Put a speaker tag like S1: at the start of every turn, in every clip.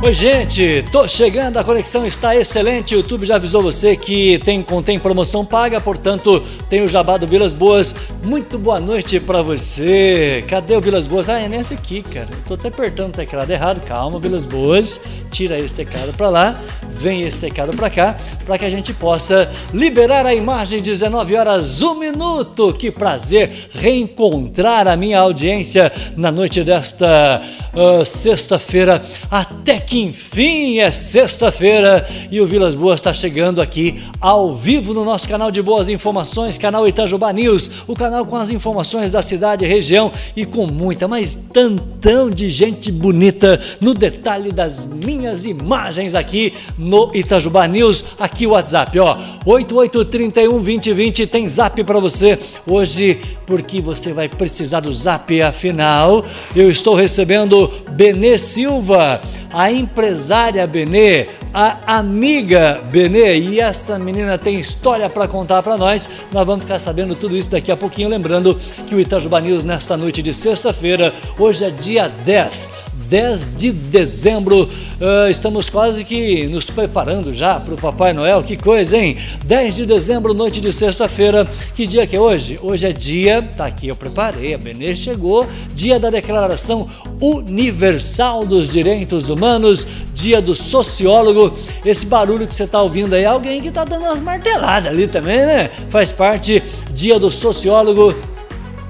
S1: Oi, gente, tô chegando, a conexão está excelente. O YouTube já avisou você que tem contém promoção paga, portanto, tem o jabá do Vilas Boas. Muito boa noite pra você. Cadê o Vilas Boas? Ah, é nesse aqui, cara. Eu tô até apertando o teclado errado. Calma, Vilas Boas. Tira esse teclado pra lá, vem esse teclado pra cá, pra que a gente possa liberar a imagem 19 horas, 1 minuto. Que prazer reencontrar a minha audiência na noite desta ah, sexta-feira. Até que enfim é sexta-feira e o Vilas Boas está chegando aqui ao vivo no nosso canal de boas informações, canal Itajubá News, o canal com as informações da cidade e região e com muita, mas tantão de gente bonita no detalhe das minhas imagens aqui no Itajubá News, aqui o WhatsApp, ó, 8831 2020 tem zap para você hoje, porque você vai precisar do zap afinal. Eu estou recebendo Benê Silva, a empresária Benê, a amiga Benê, e essa menina tem história para contar para nós. Nós vamos ficar sabendo tudo isso daqui a pouquinho, lembrando que o Itajubá News nesta noite de sexta-feira, hoje é dia 10. 10 de dezembro, Ah, estamos quase que nos preparando já para o Papai Noel, que coisa, hein? 10 de dezembro, noite de sexta-feira, que dia que é hoje? Hoje é dia, tá aqui, eu preparei, a Benê chegou, dia da Declaração Universal dos Direitos Humanos, dia do sociólogo. Esse barulho que você está ouvindo aí é alguém que está dando umas marteladas ali também, né? Faz parte, dia do sociólogo.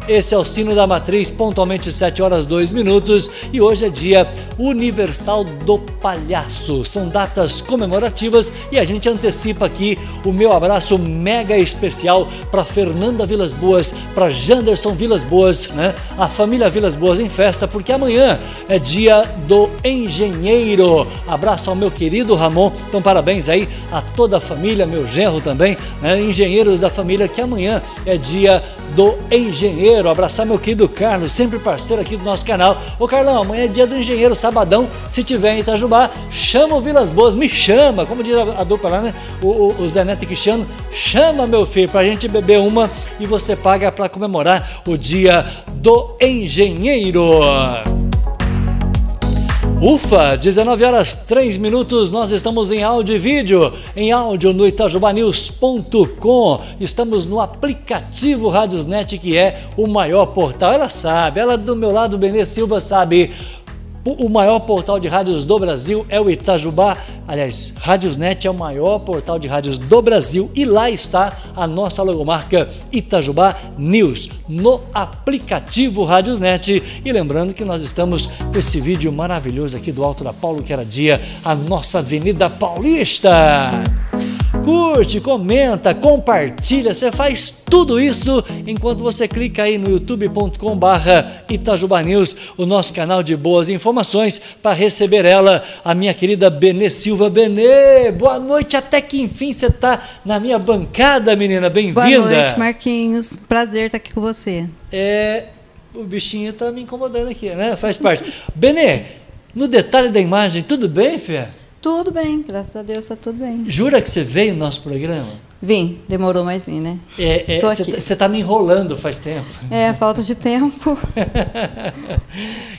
S1: Esse é o sino da matriz, pontualmente 7 horas 2 minutos, e hoje é dia universal do palhaço. São datas comemorativas e a gente antecipa aqui o meu abraço mega especial para Fernanda Vilas Boas, para Janderson Vilas Boas, né? A família Vilas Boas em festa, porque amanhã é dia do engenheiro. Abraço ao meu querido Ramon. Então parabéns aí a toda a família, meu genro também, né? Engenheiros da família que amanhã é dia do engenheiro. Abraçar meu querido Carlos, sempre parceiro aqui do nosso canal. Ô Carlão, amanhã é dia do engenheiro, sabadão. Se tiver em Itajubá, chama o Vilas Boas, me chama. Como diz a, a dupla lá, né? O, o, o Zé Neto e Cristiano, chama meu filho pra gente beber uma e você paga pra comemorar o dia do engenheiro. Ufa, 19 horas 3 minutos, nós estamos em áudio e vídeo, em áudio no itajubanews.com, estamos no aplicativo Radiosnet, que é o maior portal, ela sabe, ela do meu lado, Benê Silva, sabe, o o maior portal de rádios do Brasil é o Itajubá. Aliás, Radiosnet é o maior portal de rádios do Brasil e lá está a nossa logomarca Itajubá News no aplicativo Radiosnet. E lembrando que nós estamos com esse vídeo maravilhoso aqui do Alto da Paulo, que era dia, a nossa Avenida Paulista. Curte, comenta, compartilha, você faz tudo isso enquanto você clica aí no youtube.com barra Itajuba News, o nosso canal de boas informações, para receber ela, a minha querida Benê Silva. Benê, boa noite, até que enfim você tá na minha bancada, menina, bem-vinda.
S2: Boa noite, Marquinhos. Prazer estar aqui com você.
S1: É, o bichinho tá me incomodando aqui, né? Faz parte. Benê, no detalhe da imagem, tudo bem, Fia?
S2: Tudo bem, graças a Deus tá tudo bem.
S1: Jura que você veio no nosso programa?
S2: Vim, demorou mais vim, né?
S1: É, é,
S2: Tô
S1: você
S2: aqui.
S1: tá- você tá me enrolando faz tempo.
S2: É, falta de tempo.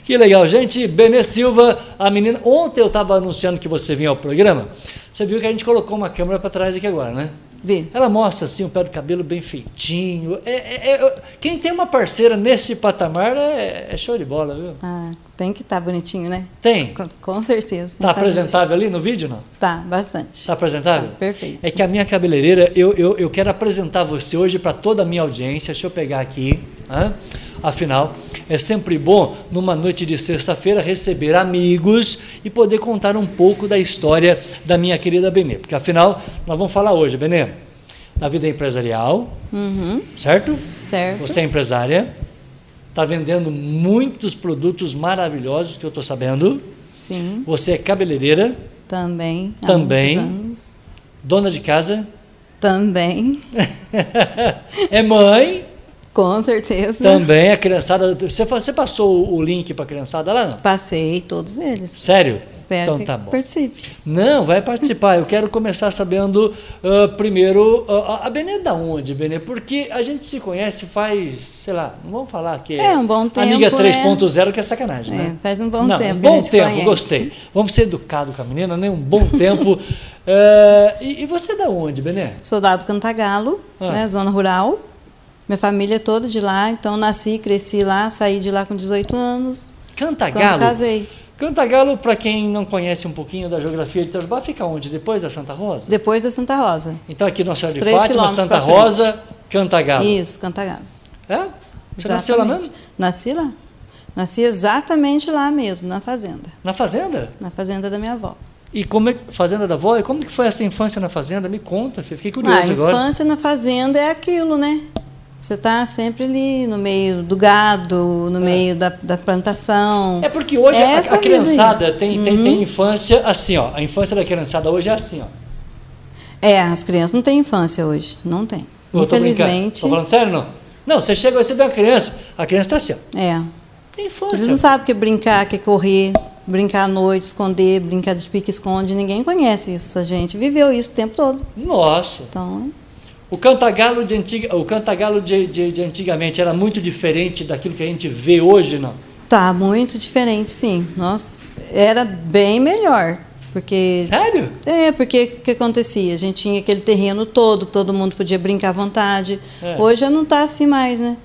S1: que legal, gente. Benê Silva, a menina. Ontem eu estava anunciando que você vinha ao programa. Você viu que a gente colocou uma câmera para trás aqui agora, né?
S2: Vi.
S1: Ela mostra assim o pé do cabelo bem feitinho. É- é- é- quem tem uma parceira nesse patamar é, é show de bola, viu?
S2: Ah, tem que estar bonitinho, né?
S1: Tem.
S2: Com, com certeza.
S1: Tá apresentável ali no vídeo, não?
S2: Tá, bastante.
S1: Tá apresentável?
S2: Tá, perfeito.
S1: É que a minha cabeleireira, eu, eu, eu quero apresentar você hoje para toda a minha audiência. Deixa eu pegar aqui. hã? Afinal, é sempre bom, numa noite de sexta-feira, receber amigos e poder contar um pouco da história da minha querida Benê. Porque, afinal, nós vamos falar hoje, Benê, da vida empresarial,
S2: Uhum,
S1: certo?
S2: certo.
S1: Você é empresária, está vendendo muitos produtos maravilhosos que eu estou sabendo.
S2: Sim,
S1: Você é cabeleireira,
S2: também. há
S1: Também.
S2: muitos anos.
S1: dona de casa.
S2: Também.
S1: é mãe,
S2: Com certeza.
S1: Também a criançada. Você, fa- você passou o link para a criançada lá, não?
S2: Passei todos eles.
S1: Sério?
S2: Espero
S1: então
S2: que
S1: tá bom.
S2: participe.
S1: Não, vai participar. Eu quero começar sabendo ah, primeiro ah, a Benê da onde, Benê? Porque a gente se conhece faz, sei lá, não vamos falar que
S2: É, um bom tempo,
S1: Amiga
S2: né?
S1: 3.0 que é sacanagem,
S2: É,
S1: né?
S2: faz um bom
S1: não,
S2: tempo
S1: Um
S2: que a
S1: bom
S2: gente
S1: tempo,
S2: conhece.
S1: gostei. Vamos ser educados com a menina, né? Um bom tempo. Eh, e, e você é da onde, Benê?
S2: Sou lá do Cantagalo,
S1: Ah.
S2: né, zona rural. Minha família é toda de lá, então nasci, cresci lá, saí de lá com 18 anos. Quando
S1: Cantagalo.
S2: casei.
S1: Cantagalo, para quem não conhece um pouquinho da geografia de Itajubá, fica onde? Depois da Santa Rosa?
S2: Depois da Santa Rosa.
S1: Então aqui Nossa
S2: Uns
S1: Senhora de
S2: três
S1: Fátima,
S2: quilômetros
S1: Santa
S2: pra frente.
S1: Rosa, Cantagalo.
S2: Isso, Cantagalo.
S1: É? Você nasceu lá
S2: Exatamente.
S1: mesmo?
S2: Nasci lá. Nasci exatamente lá mesmo, na fazenda.
S1: Na fazenda?
S2: Na fazenda da minha avó.
S1: E como é que, fazenda da avó? E como que foi essa infância na fazenda? Me conta, filho. fiquei
S2: Ah,
S1: curioso
S2: a
S1: agora.
S2: infância na fazenda é aquilo, né? Você tá sempre ali no meio do gado, no meio da, da plantação.
S1: É porque hoje a-
S2: Essa
S1: a,
S2: vida aí. Uhum.
S1: criançada tem, tem, tem infância assim, ó. A infância da criançada hoje é assim, ó.
S2: É, as crianças não têm infância hoje. Não tem.
S1: Ô, tô brincando.
S2: Infelizmente.
S1: Tô falando sério, não? Não, você chega, você vê uma criança, a criança tá assim, ó.
S2: É.
S1: Tem
S2: Eles não
S1: infância.
S2: sabem o que é brincar, o que é correr, brincar à noite, esconder, brincar de pique-esconde. Ninguém conhece isso. A gente viveu isso o tempo todo.
S1: Nossa.
S2: Então,
S1: O cantagalo, de, antiga, o cantagalo de, de, de antigamente era muito diferente daquilo que a gente vê hoje, não?
S2: tá muito diferente, sim. Nossa, era bem melhor. Porque
S1: Sério?
S2: É, porque o que acontecia? A gente tinha aquele terreno todo, todo mundo podia brincar à vontade.
S1: É.
S2: Hoje já não está assim mais, né?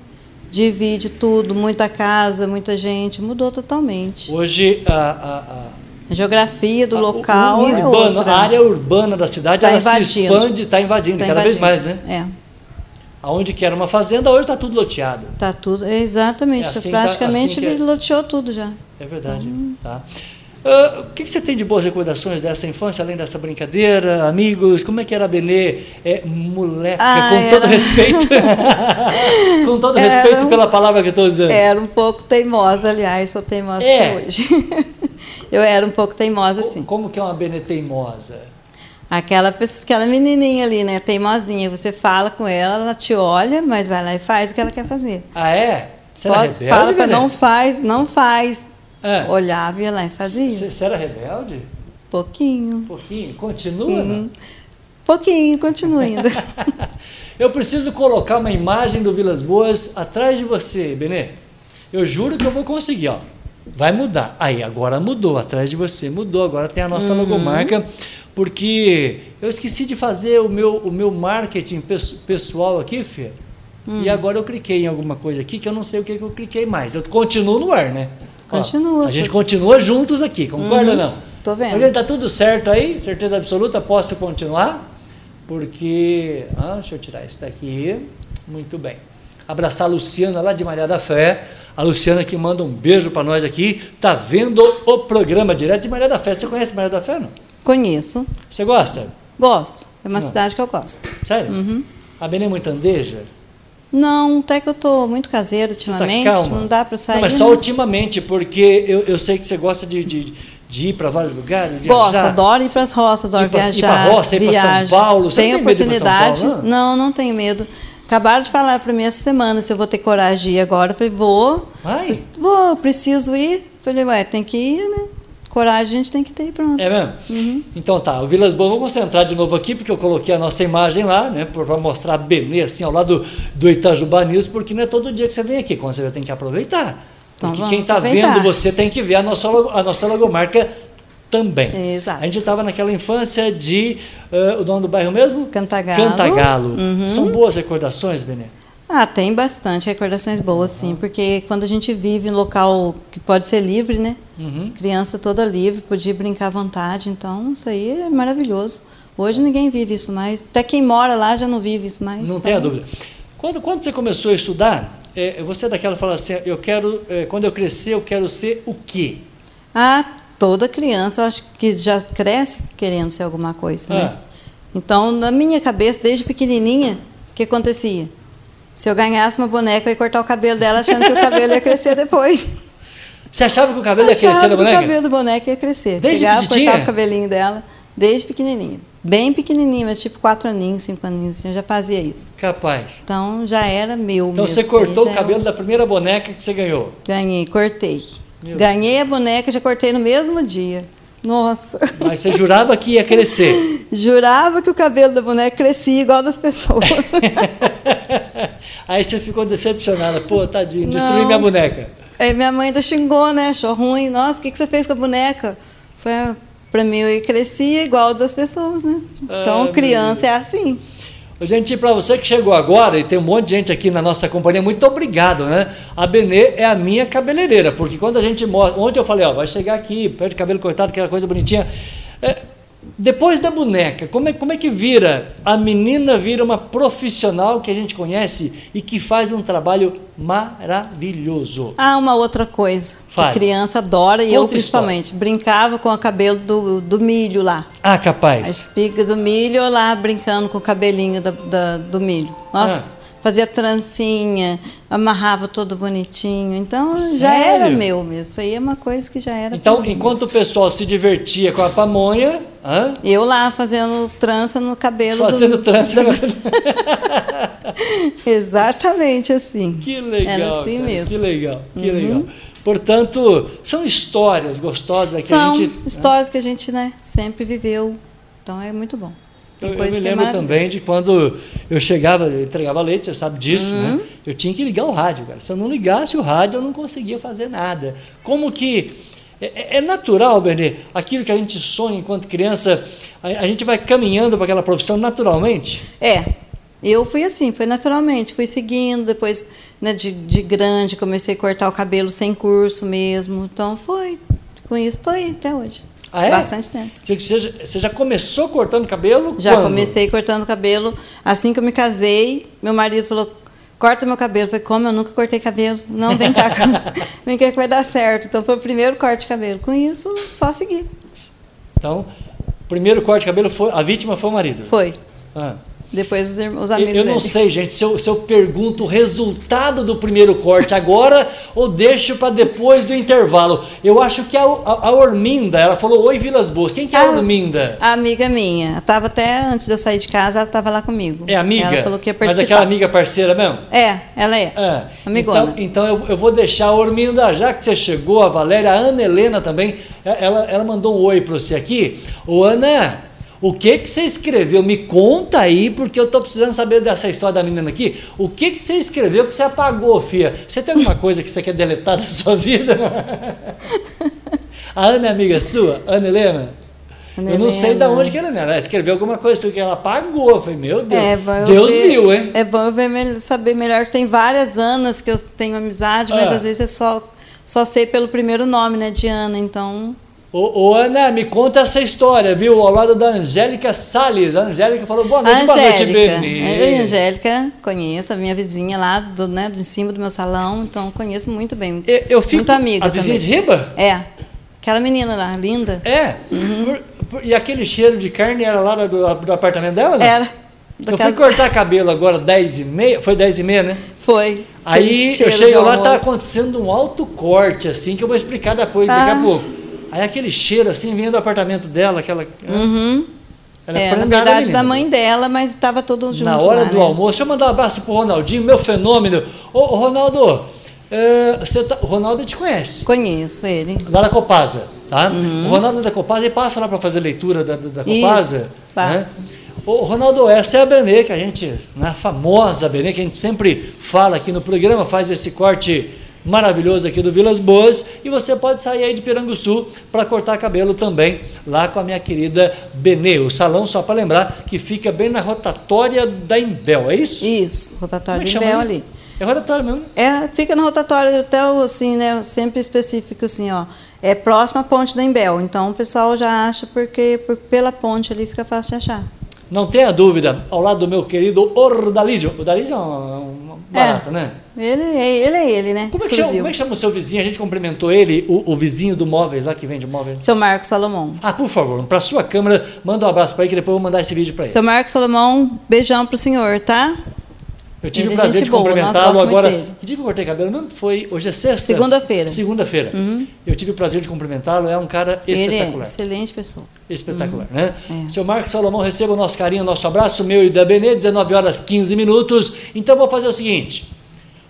S2: Divide tudo, muita casa, muita gente, mudou totalmente.
S1: Hoje a- a- a,
S2: A geografia do
S1: Ah, o-
S2: local
S1: o
S2: é
S1: urbano,
S2: outra.
S1: a área urbana da cidade
S2: Tá
S1: ela se
S2: invadindo.
S1: expande, está invadindo
S2: Tá
S1: cada vez
S2: invadindo.
S1: mais, né?
S2: É,
S1: Aonde que era uma fazenda, hoje está tudo loteado.
S2: tá tudo, é, exatamente,
S1: É assim, tá-
S2: praticamente
S1: assim que é.
S2: loteou tudo já.
S1: É verdade.
S2: Hum.
S1: Tá. Ah, o que, que você tem de boas recordações dessa infância, além dessa brincadeira, amigos? Como é que era a Benê? É, moleca,
S2: Ah,
S1: com todo
S2: era-
S1: respeito. com todo
S2: Era
S1: respeito
S2: um-
S1: pela palavra que eu estou usando.
S2: Era um pouco teimosa, aliás, sou teimosa
S1: É.
S2: até hoje. Eu era um pouco teimosa,
S1: Co-
S2: sim.
S1: Como que é uma Benê teimosa?
S2: Aquela, pessoa- aquela menininha ali, né? Teimosinha. Você fala com ela, ela te olha, mas vai lá e faz o que ela quer fazer.
S1: Ah, é? Você era
S2: Pode, fala
S1: rebelde,
S2: pra
S1: Benê?
S2: não faz, não faz.
S1: É.
S2: Olhava, ia lá e fazia.
S1: Você você era rebelde? Um
S2: Pouquinho.
S1: pouquinho. Continua,
S2: Uhum.
S1: né? não?
S2: Pouquinho, continua ainda.
S1: Eu preciso colocar uma imagem do Vilas Boas atrás de você, Benê. Eu juro que eu vou conseguir, ó. Vai mudar. Aí, agora mudou, atrás de você mudou. Agora tem a nossa logomarca, porque eu esqueci de fazer o meu, o meu marketing pes- pessoal aqui, Fia. E agora eu cliquei em alguma coisa aqui que eu não sei o que, que eu cliquei mais. Eu continuo no ar, né? Ó,
S2: Continua.
S1: a gente continua juntos aqui, concorda ou não?
S2: Uhum. Tô
S1: Mas gente,
S2: vendo.
S1: tá tudo certo aí, certeza absoluta, posso continuar? Porque. Ah, deixa eu tirar isso daqui. Muito bem. Abraçar a Luciana lá de Maria da Fé. A Luciana que manda um beijo para nós aqui. Tá vendo o programa direto de Maria da Fé. Você conhece Maria da Fé, não?
S2: Conheço.
S1: Você gosta?
S2: Gosto. É uma
S1: Ah.
S2: cidade que eu gosto.
S1: Sério?
S2: Uhum.
S1: A Benê é muito andeja?
S2: Não, até que eu tô muito caseira ultimamente.
S1: tá calma.
S2: não dá pra sair.
S1: não, mas só
S2: né?
S1: ultimamente, porque eu, eu sei que você gosta de, de, de ir para vários lugares.
S2: Gosto,
S1: viajar.
S2: adoro ir para as roças, adoro
S1: Ir pra- ir pra
S2: viajar.
S1: roça, ir pra São
S2: viajo.
S1: Paulo, você
S2: tem
S1: não tem medo de ir pra São
S2: oportunidade.
S1: Paulo,
S2: não, não tenho medo. Acabaram de falar para mim essa semana se eu vou ter coragem de ir agora. Eu falei, vou.
S1: Vai.
S2: Falei, Vou, preciso ir. Eu Falei, ué, tem que ir, né? Coragem a gente tem que ter, pronto. Uhum.
S1: É mesmo? Então tá, o Vilas Boas, vamos concentrar de novo aqui, porque eu coloquei a nossa imagem lá, né, para mostrar a Benê, assim, ao lado do Itajubá News, porque não é todo dia que você vem aqui, quando você vem, tem que aproveitar.
S2: Então
S1: porque
S2: vamos
S1: quem está
S2: aproveitar.
S1: vendo você tem que ver a nossa, logo- a nossa logomarca também.
S2: Exato.
S1: A gente estava naquela infância de. ah, o nome do bairro mesmo?
S2: Cantagalo.
S1: Cantagalo.
S2: Uhum.
S1: São boas recordações, Benê?
S2: Ah, tem bastante recordações boas, sim, porque quando a gente vive em local que pode ser livre, né?
S1: Uhum.
S2: Criança toda livre, podia brincar à vontade, então isso aí é maravilhoso. Hoje ninguém vive isso mais. Até quem mora lá já não vive isso mais.
S1: Não
S2: então-
S1: tenha dúvida. Quando, quando você começou a estudar, eh, você é daquela que fala assim, eu quero, eh, quando eu crescer, eu quero ser o quê?
S2: Ah, toda criança, eu acho que já cresce querendo ser alguma coisa, né?
S1: Ah.
S2: Então, na minha cabeça, desde pequenininha, o que acontecia? Se eu ganhasse uma boneca, eu ia cortar o cabelo dela achando que o cabelo ia crescer depois.
S1: Você achava que o cabelo ia
S2: Achava
S1: crescer
S2: que
S1: da boneca?
S2: O cabelo da boneca ia crescer.
S1: Desde
S2: Pegava,
S1: petitinha?
S2: cortava o cabelinho dela, desde pequenininha. bem pequenininho, mas tipo quatro aninhos, cinco aninhos, assim, eu já fazia isso.
S1: Capaz.
S2: Então já era meu
S1: Então
S2: mesmo,
S1: você
S2: assim,
S1: cortou o
S2: já era um-
S1: cabelo da primeira boneca que você ganhou.
S2: Ganhei, cortei.
S1: Meu
S2: Ganhei a boneca, já cortei no mesmo dia. Nossa,
S1: Mas você jurava que ia crescer.
S2: jurava que o cabelo da boneca crescia igual das pessoas.
S1: Aí você ficou decepcionada. Pô, tadinho, destruí
S2: Não.
S1: minha boneca.
S2: Aí minha mãe ainda xingou, né? Achou ruim. Nossa, o que, que você fez com a boneca? Foi "Ah, pra mim, eu crescia igual das pessoas, né? Então,
S1: Ah,
S2: criança é assim.
S1: Ô, Gente, para você que chegou agora, e tem um monte de gente aqui na nossa companhia, muito obrigado, né? A Benê é a minha cabeleireira, porque quando a gente mostra. Ontem eu falei, ó, vai chegar aqui, perde cabelo cortado, aquela coisa bonitinha. É, depois da boneca, como é, como é que vira? A menina vira uma profissional que a gente conhece e que faz um trabalho maravilhoso.
S2: Ah, uma outra coisa
S1: Fale.
S2: que criança adora, e
S1: Conta a
S2: eu
S1: história.
S2: principalmente. Brincava com o cabelo do, do milho lá.
S1: Ah,
S2: A
S1: capaz.
S2: espiga do milho, eu lá brincando com o cabelinho da- da- do milho. Nossa,
S1: Ah.
S2: fazia trancinha, amarrava todo bonitinho. Então, já era
S1: Sério?
S2: meu mesmo. Isso aí é uma coisa que já era
S1: Então,
S2: pra mim.
S1: enquanto o pessoal se divertia com a pamonha, hã?
S2: Eu lá fazendo trança no cabelo.
S1: fazendo
S2: do...
S1: trança.
S2: Exatamente assim.
S1: Que legal.
S2: Era assim
S1: cara,
S2: mesmo. Uhum.
S1: Que legal, que legal. Portanto, são histórias gostosas que
S2: São
S1: a gente.
S2: histórias que a gente né, sempre viveu. Então é muito bom. Tem
S1: Eu, eu
S2: coisa
S1: me
S2: que é
S1: lembro
S2: maravilhosa.
S1: também de quando eu chegava, eu entregava leite, você sabe disso,
S2: Uhum.
S1: né? Eu tinha que ligar o rádio, cara. Se eu não ligasse o rádio, eu não conseguia fazer nada. Como que. É, é- é natural, Bernê, aquilo que a gente sonha enquanto criança, a, a gente vai caminhando para aquela profissão naturalmente?
S2: É. Eu fui assim, foi naturalmente, fui seguindo, depois né, de, de grande comecei a cortar o cabelo sem curso mesmo. Então foi. Com isso estou aí até hoje.
S1: Ah, é?
S2: Bastante tempo.
S1: Você, você já- você já começou cortando cabelo?
S2: Já
S1: quando?
S2: comecei cortando cabelo. Assim que eu me casei, meu marido falou: corta meu cabelo. Eu falei: como? Eu nunca cortei cabelo. Não, vem cá. vem cá que vai dar certo. Então foi o primeiro corte de cabelo. Com isso, só seguir.
S1: Então, o primeiro corte de cabelo, foi, a vítima foi o marido?
S2: Foi.
S1: Ah.
S2: Depois os, irmãos, os
S1: Eu,
S2: amigos
S1: eu não
S2: dele.
S1: sei, gente, se eu, se eu pergunto o resultado do primeiro corte agora ou deixo para depois do intervalo. Eu acho que a, a, a Orminda, ela falou: Oi, Vilas Boas. Quem que é a
S2: Ah.
S1: Orminda?
S2: A amiga minha, ela tava até antes de eu sair de casa, ela estava lá comigo.
S1: É amiga?
S2: Ela falou que ia
S1: Mas
S2: participar.
S1: aquela amiga parceira mesmo?
S2: É, ela é.
S1: É.
S2: Amigona.
S1: Então, então eu, eu vou deixar a Orminda, já que você chegou, a Valéria, a Ana Helena também, é- ela, ela mandou um oi para você aqui. Ô Ana, o que que você escreveu? Me conta aí, porque eu tô precisando saber dessa história da menina aqui. O que que você escreveu que você apagou, fia? Você tem alguma coisa que você quer deletar da sua vida? a Ana é amiga sua? Ana Helena?
S2: Ana
S1: eu não sei de
S2: Helena.
S1: onde que ela é. Ela escreveu alguma coisa sua que ela apagou. Eu falei, meu Deus.
S2: É, bom eu
S1: Deus
S2: ver-
S1: viu, hein?
S2: É bom eu ver mel- saber melhor que tem várias Anas que eu tenho amizade, mas
S1: Ah.
S2: às vezes eu só, só sei pelo primeiro nome, né, de Ana. Então,
S1: Ô, ô, Ana, me conta essa história, viu? Ao lado da Angélica Salles. A Angélica falou boa noite, boa noite,
S2: Angélica. é,
S1: Beni.
S2: Angélica, conheço a minha vizinha lá do, né, de cima do meu salão, então conheço muito bem.
S1: Eu, eu fico.
S2: Muito amiga
S1: A vizinha
S2: também.
S1: de Riba?
S2: É, aquela menina lá, linda.
S1: É.
S2: Uhum.
S1: Por- por- e aquele cheiro de carne era lá do, do apartamento dela? né?
S2: Era. da
S1: Eu fui
S2: casa-
S1: cortar cabelo agora 10 e meia, foi 10 e meia, né?
S2: Foi. Aquele
S1: Aí eu
S2: cheiro de
S1: chego lá, tá
S2: almoço.
S1: acontecendo um alto corte, assim, que eu vou explicar depois, daqui a
S2: Ah.
S1: pouco. Aí aquele cheiro, assim, vinha do apartamento dela, aquela...
S2: Uhum.
S1: Ela
S2: é, na
S1: prendada,
S2: verdade,
S1: menina.
S2: da mãe dela, mas estava todo junto.
S1: Na hora
S2: lá,
S1: do
S2: né?
S1: almoço, deixa eu mandar um abraço pro Ronaldinho, meu fenômeno. Ô, ô, Ronaldo, é, você tá- o Ronaldo te conhece,
S2: Conheço ele.
S1: lá da Copasa, tá? O Ronaldo é da Copasa, ele passa lá para fazer leitura da, da, da
S2: Uhum. Isso,
S1: Copasa.
S2: passa.
S1: né? Ô, Ronaldo, essa é a Benê, que a gente, né, a famosa Benê, que a gente sempre fala aqui no programa, faz esse corte maravilhoso aqui do Vilas Boas. E você pode sair aí de Piranguçu para cortar cabelo também, lá com a minha querida Benê. O salão, só para lembrar, que fica bem na rotatória da Imbel, é isso?
S2: Isso, rotatória
S1: Como é que
S2: de
S1: chama,
S2: Bel
S1: né?
S2: ali.
S1: É rotatória mesmo?
S2: É, fica na rotatória até o, assim, né? Sempre específico, assim, ó. É próximo à ponte da Embel. Então o pessoal já acha porque por- pela ponte ali fica fácil de achar.
S1: Não tenha dúvida, ao lado do meu querido Ordalísio. Ordalísio é um, um barato,
S2: É.
S1: né?
S2: Ele é ele, é ele né?
S1: Como é, que chama,
S2: Exclusivo.
S1: como é que chama o seu vizinho? A gente cumprimentou ele, o, o vizinho do móveis lá que vende móveis.
S2: Seu Marco Salomão.
S1: Ah, por favor, para sua câmera, É. manda um abraço para ele que depois eu vou mandar esse vídeo para ele.
S2: Seu Marco Salomão, beijão pro senhor, tá?
S1: Eu tive o
S2: Ele é
S1: prazer
S2: gente
S1: de
S2: boa, nós
S1: cumprimentá-lo
S2: gostamos muito
S1: agora.
S2: dele.
S1: Que dia que eu cortei cabelo mesmo? Foi hoje é sexta?
S2: Segunda-feira. Uhum.
S1: Segunda-feira. Eu tive o prazer de cumprimentá-lo, é um cara
S2: Ele é
S1: espetacular.
S2: excelente pessoa.
S1: Espetacular, né?
S2: É.
S1: Seu Marcos Salomão, receba o nosso carinho, o nosso abraço, meu e da Benê, 19 horas 15 minutos. Então vou fazer o seguinte: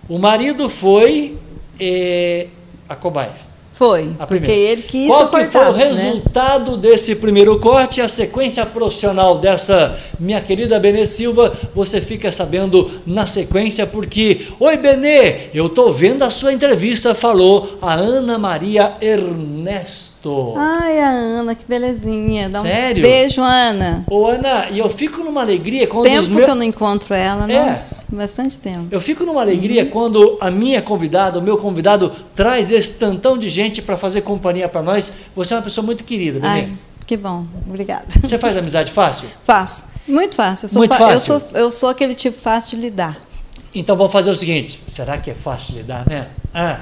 S1: o marido foi eh, a cobaia.
S2: Foi,
S1: A
S2: porque
S1: primeira.
S2: ele quis
S1: Qual
S2: que eu
S1: que foi o
S2: cortasse, né?
S1: resultado desse primeiro corte? A sequência profissional dessa minha querida Benê Silva, você fica sabendo na sequência, porque Oi Benê, eu tô vendo a sua entrevista, falou a Ana Maria Ernesto.
S2: Ai, a Ana, que belezinha. Dá um
S1: Sério?
S2: beijo, Ana.
S1: Ô Ana, e eu fico numa alegria quando os
S2: Tempo
S1: meus...
S2: que eu não encontro ela,
S1: Um É.
S2: nossa, bastante tempo.
S1: Eu fico numa alegria quando a minha convidada, o meu convidado, traz esse tantão de gente para fazer companhia para nós. Você é uma pessoa muito querida, Benê.
S2: Ai, que bom, obrigada.
S1: Você faz amizade fácil?
S2: Faço, muito fácil. Eu sou
S1: Muito
S2: fa-
S1: fácil?
S2: Eu sou, eu sou aquele tipo fácil de lidar.
S1: Então vamos fazer o seguinte: será que é fácil lidar, né? Ah.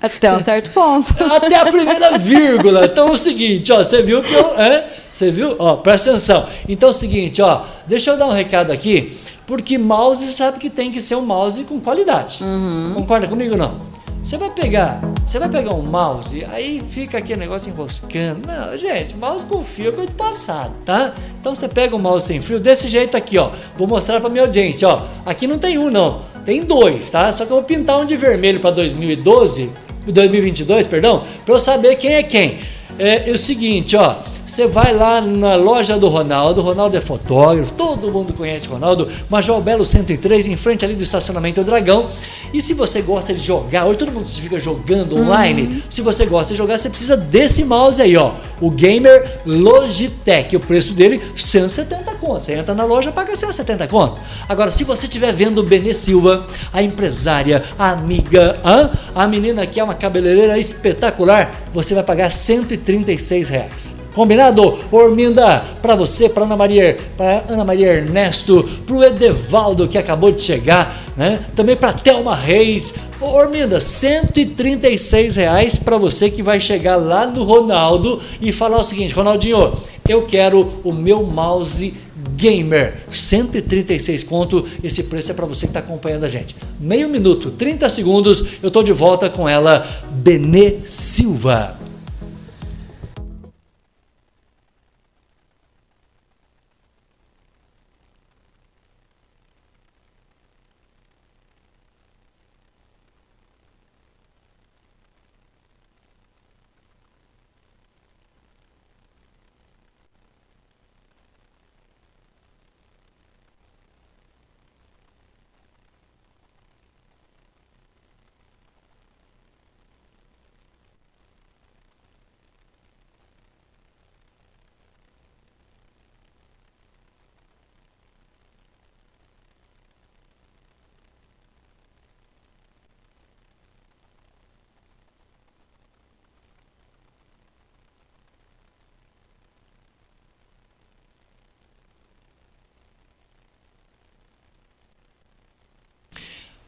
S2: Até um certo ponto.
S1: Até a primeira vírgula. Então é o seguinte, ó, você viu que eu. é? Você viu? Ó, presta atenção. Então é o seguinte, ó, deixa eu dar um recado aqui, porque mouse você sabe que tem que ser um mouse com qualidade. Concorda comigo ou não? Você vai pegar, você vai pegar um mouse, aí fica aquele negócio enroscando. Não, gente, mouse com fio é coisa do passado, tá? Então você pega um mouse sem fio desse jeito aqui, ó. Vou mostrar pra minha audiência, ó. Aqui não tem um, não. Tem dois, tá? Só que eu vou pintar um de vermelho pra 2012 2022, perdão, para eu saber quem é quem. É, é o seguinte, ó. Você vai lá na loja do Ronaldo, Ronaldo é fotógrafo, todo mundo conhece Ronaldo, Major Belo 103, em frente ali do estacionamento do Dragão. E se você gosta de jogar, hoje todo mundo fica jogando online, se você gosta de jogar, você precisa desse mouse aí, ó. O Gamer Logitech, o preço dele 170 conto. Você entra na loja, paga 170 conto. Agora, se você estiver vendo o Benê Silva, a empresária, a amiga, hã? a menina que é uma cabeleireira espetacular, você vai pagar 136 reais. Combinado? Orminda, pra você, pra Ana Maria, pra Ana Maria Ernesto, pro Edevaldo que acabou de chegar, né? Também pra Thelma Reis. Ô, Orminda, 136 reais pra você que vai chegar lá no Ronaldo e falar o seguinte, Ronaldinho, eu quero o meu mouse Gamer, 136 conto. Esse preço é para você que está acompanhando a gente. Meio minuto, 30 segundos, eu tô de volta com ela, Benê Silva.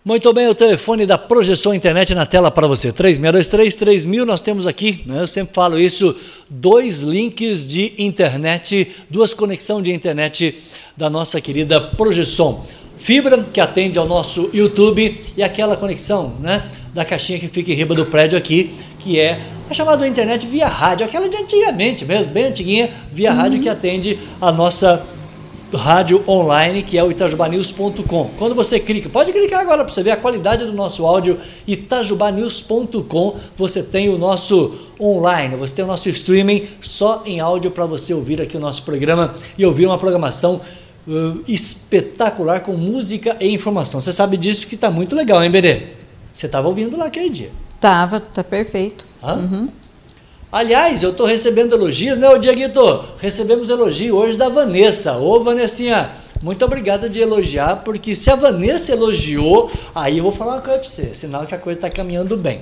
S1: Muito bem, o telefone da Projeção Internet na tela para você, 3623-3000, nós temos aqui, né, eu sempre falo isso, dois links de internet, duas conexões de internet da nossa querida Projeção. Fibra, que atende ao nosso YouTube, e aquela conexão né, da caixinha que fica em riba do prédio aqui, que é a chamada internet via rádio, aquela de antigamente mesmo, bem antiguinha, via rádio que atende a nossa rádio online, que é o itajubanews.com. Quando você clica, pode clicar agora para você ver a qualidade do nosso áudio, itajubanews.com, você tem o nosso online, você tem o nosso streaming só em áudio para você ouvir aqui o nosso programa e ouvir uma programação uh, espetacular com música e informação. Você sabe disso que está muito legal, hein, Berê? Você estava ouvindo lá aquele dia.
S2: Tava, tá perfeito.
S1: Hã? Aliás, eu estou recebendo elogios, né, ô Dieguito? Recebemos elogio hoje da Vanessa. Ô, Vanessinha, muito obrigada de elogiar, porque se a Vanessa elogiou, aí eu vou falar uma coisa para você, sinal que a coisa está caminhando bem.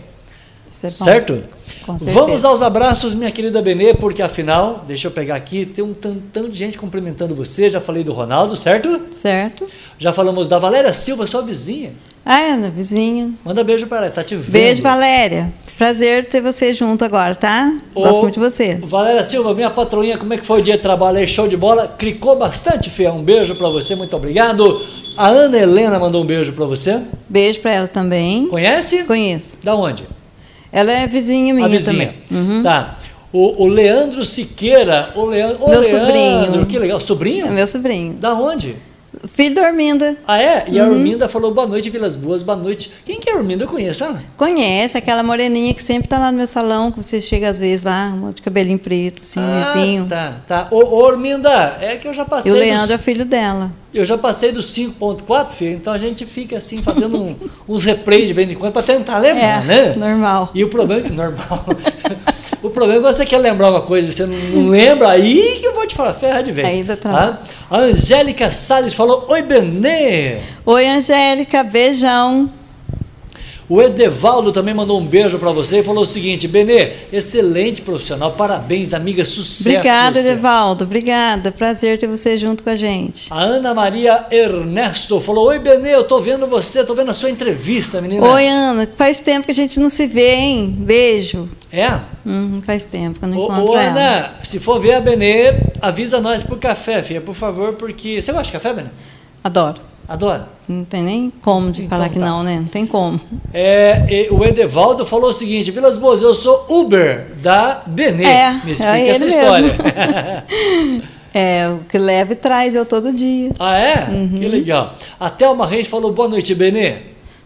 S2: Isso é bom.
S1: Certo?
S2: Com certeza.
S1: Vamos aos abraços, minha querida Benê, porque afinal, deixa eu pegar aqui, tem um tantão de gente cumprimentando você. Já falei do Ronaldo, certo?
S2: Certo.
S1: Já falamos da Valéria Silva, sua vizinha.
S2: Ah, Ana, vizinha.
S1: Manda beijo para ela, tá te vendo.
S2: Beijo, Valéria. Prazer ter você junto agora, tá?
S1: Ô,
S2: Gosto muito de você.
S1: Valéria Silva, minha patroinha, como é que foi o dia de trabalho aí? Show de bola. Clicou bastante, Fia. Um beijo pra você, muito obrigado. A Ana Helena mandou um beijo pra você.
S2: Beijo pra ela também.
S1: Conhece?
S2: Conheço.
S1: Da onde?
S2: Ela é vizinha minha
S1: a vizinha.
S2: também. Uhum.
S1: Tá. O, o Leandro Siqueira. O Leandro,
S2: Meu
S1: Leandro,
S2: sobrinho.
S1: que legal. Sobrinho?
S2: É meu sobrinho.
S1: Da onde?
S2: Filho da Arminda.
S1: Ah, é? E a
S2: Uhum.
S1: Urminda falou boa noite, Vilas Boas, boa noite. Quem que é a Urminda? Eu conheço ela.
S2: Conhece aquela moreninha que sempre tá lá no meu salão, que você chega às vezes lá, uma de cabelinho preto, assim, vizinho.
S1: Tá, tá. Ô, ô, Urminda, é que eu já
S2: E
S1: passei
S2: o
S1: dos-
S2: Leandro é filho dela.
S1: Eu já passei dos 5.4, filho, então a gente fica assim, fazendo um- uns replays de vez em quando para tentar lembrar,
S2: é,
S1: né?
S2: normal.
S1: E o problema é que normal. o problema é que você quer lembrar uma coisa e você não, não lembra, aí que eu vou te falar, ferra de vez.
S2: Aí dá
S1: tá?
S2: trabalho.
S1: A Angélica Salles falou, oi, Benê.
S2: Oi, Angélica, beijão.
S1: O Edevaldo também mandou um beijo para você e falou o seguinte, Benê, excelente profissional, parabéns, amiga, sucesso. pra
S2: Obrigada,
S1: você." é
S2: Edevaldo. Obrigada. Prazer ter você junto com a gente.
S1: A Ana Maria Ernesto falou, oi, Benê, eu tô vendo você, tô vendo a sua entrevista, menina.
S2: Oi, Ana. Faz tempo que a gente não se vê, hein? Beijo.
S1: É?
S2: Hum, faz tempo que eu não
S1: Ô,
S2: encontro
S1: ô,
S2: ela.
S1: Ana, se for ver a Benê, avisa nós pro café, filha, por favor, porque. Você gosta de café, Benê?
S2: Adoro.
S1: Adora?
S2: Não tem nem como de
S1: Então
S2: falar que
S1: tá.
S2: não, né? Não tem como.
S1: É, e o Edevaldo falou o seguinte: Vilas Boas, eu sou Uber da Benê.
S2: É,
S1: Me
S2: é
S1: explica
S2: ele
S1: essa
S2: mesmo.
S1: história.
S2: É, o que leva e traz eu todo dia.
S1: ah, é?
S2: Uhum.
S1: Que legal. A Thelma Reis falou boa noite, Benê.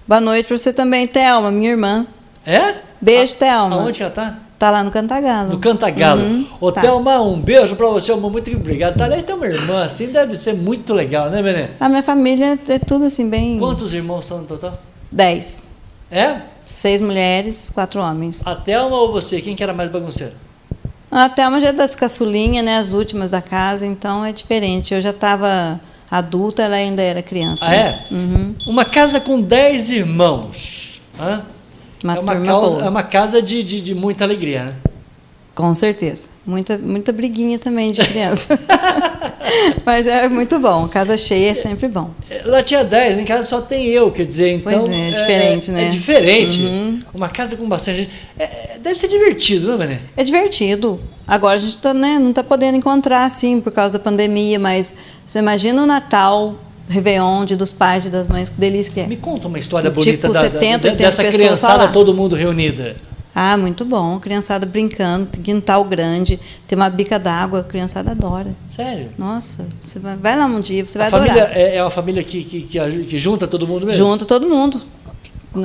S2: Boa noite pra você também, Thelma, minha irmã.
S1: É?
S2: Beijo, Thelma.
S1: Aonde que ela tá?
S2: Tá lá no Cantagalo.
S1: No Cantagalo.
S2: Uhum,
S1: Ô,
S2: tá.
S1: Thelma, um beijo pra você, amor. Muito obrigado. Tá, Aliás, tem uma irmã assim, deve ser muito legal, né, Benê?
S2: A minha família é tudo assim, bem.
S1: Quantos irmãos são no total?
S2: Dez.
S1: É?
S2: Seis mulheres, quatro homens.
S1: A Thelma ou você? Quem que era mais bagunceiro?
S2: A Thelma já é das caçulinhas, né? As últimas da casa, então é diferente. Eu já estava adulta, ela ainda era criança.
S1: Ah,
S2: né?
S1: é?
S2: Uhum.
S1: Uma casa com 10 irmãos. hã?
S2: Uma
S1: é, uma
S2: turma
S1: causa-
S2: boa.
S1: é uma casa de, de, de muita alegria, né?
S2: Com certeza. Muita, muita briguinha também de criança. Mas é muito bom. Casa cheia é sempre bom.
S1: Lá tinha 10, em casa só tem eu, quer dizer, então...
S2: Pois é, é diferente, né?
S1: É diferente.
S2: Uhum.
S1: Uma casa com bastante gente. É, é, deve ser divertido, né, Mané?
S2: É divertido. Agora a gente tá, né, não está podendo encontrar, assim, por causa da pandemia, mas você imagina o Natal, Réveillon, Dia dos pais, Dia das mães, que delícia que é.
S1: Me conta uma história
S2: Tipo,
S1: bonita da, da-
S2: 70,
S1: de-
S2: 80
S1: dessa
S2: pessoas
S1: criançada,
S2: só lá.
S1: todo mundo reunida.
S2: Ah, muito bom. Criançada brincando, tem quintal grande, tem uma bica d'água, a criançada adora.
S1: Sério.
S2: Nossa, você vai, vai lá um dia, você
S1: a
S2: vai adorar.
S1: família é, é uma família que, que, que aju- que junta todo mundo mesmo?
S2: Junto todo mundo.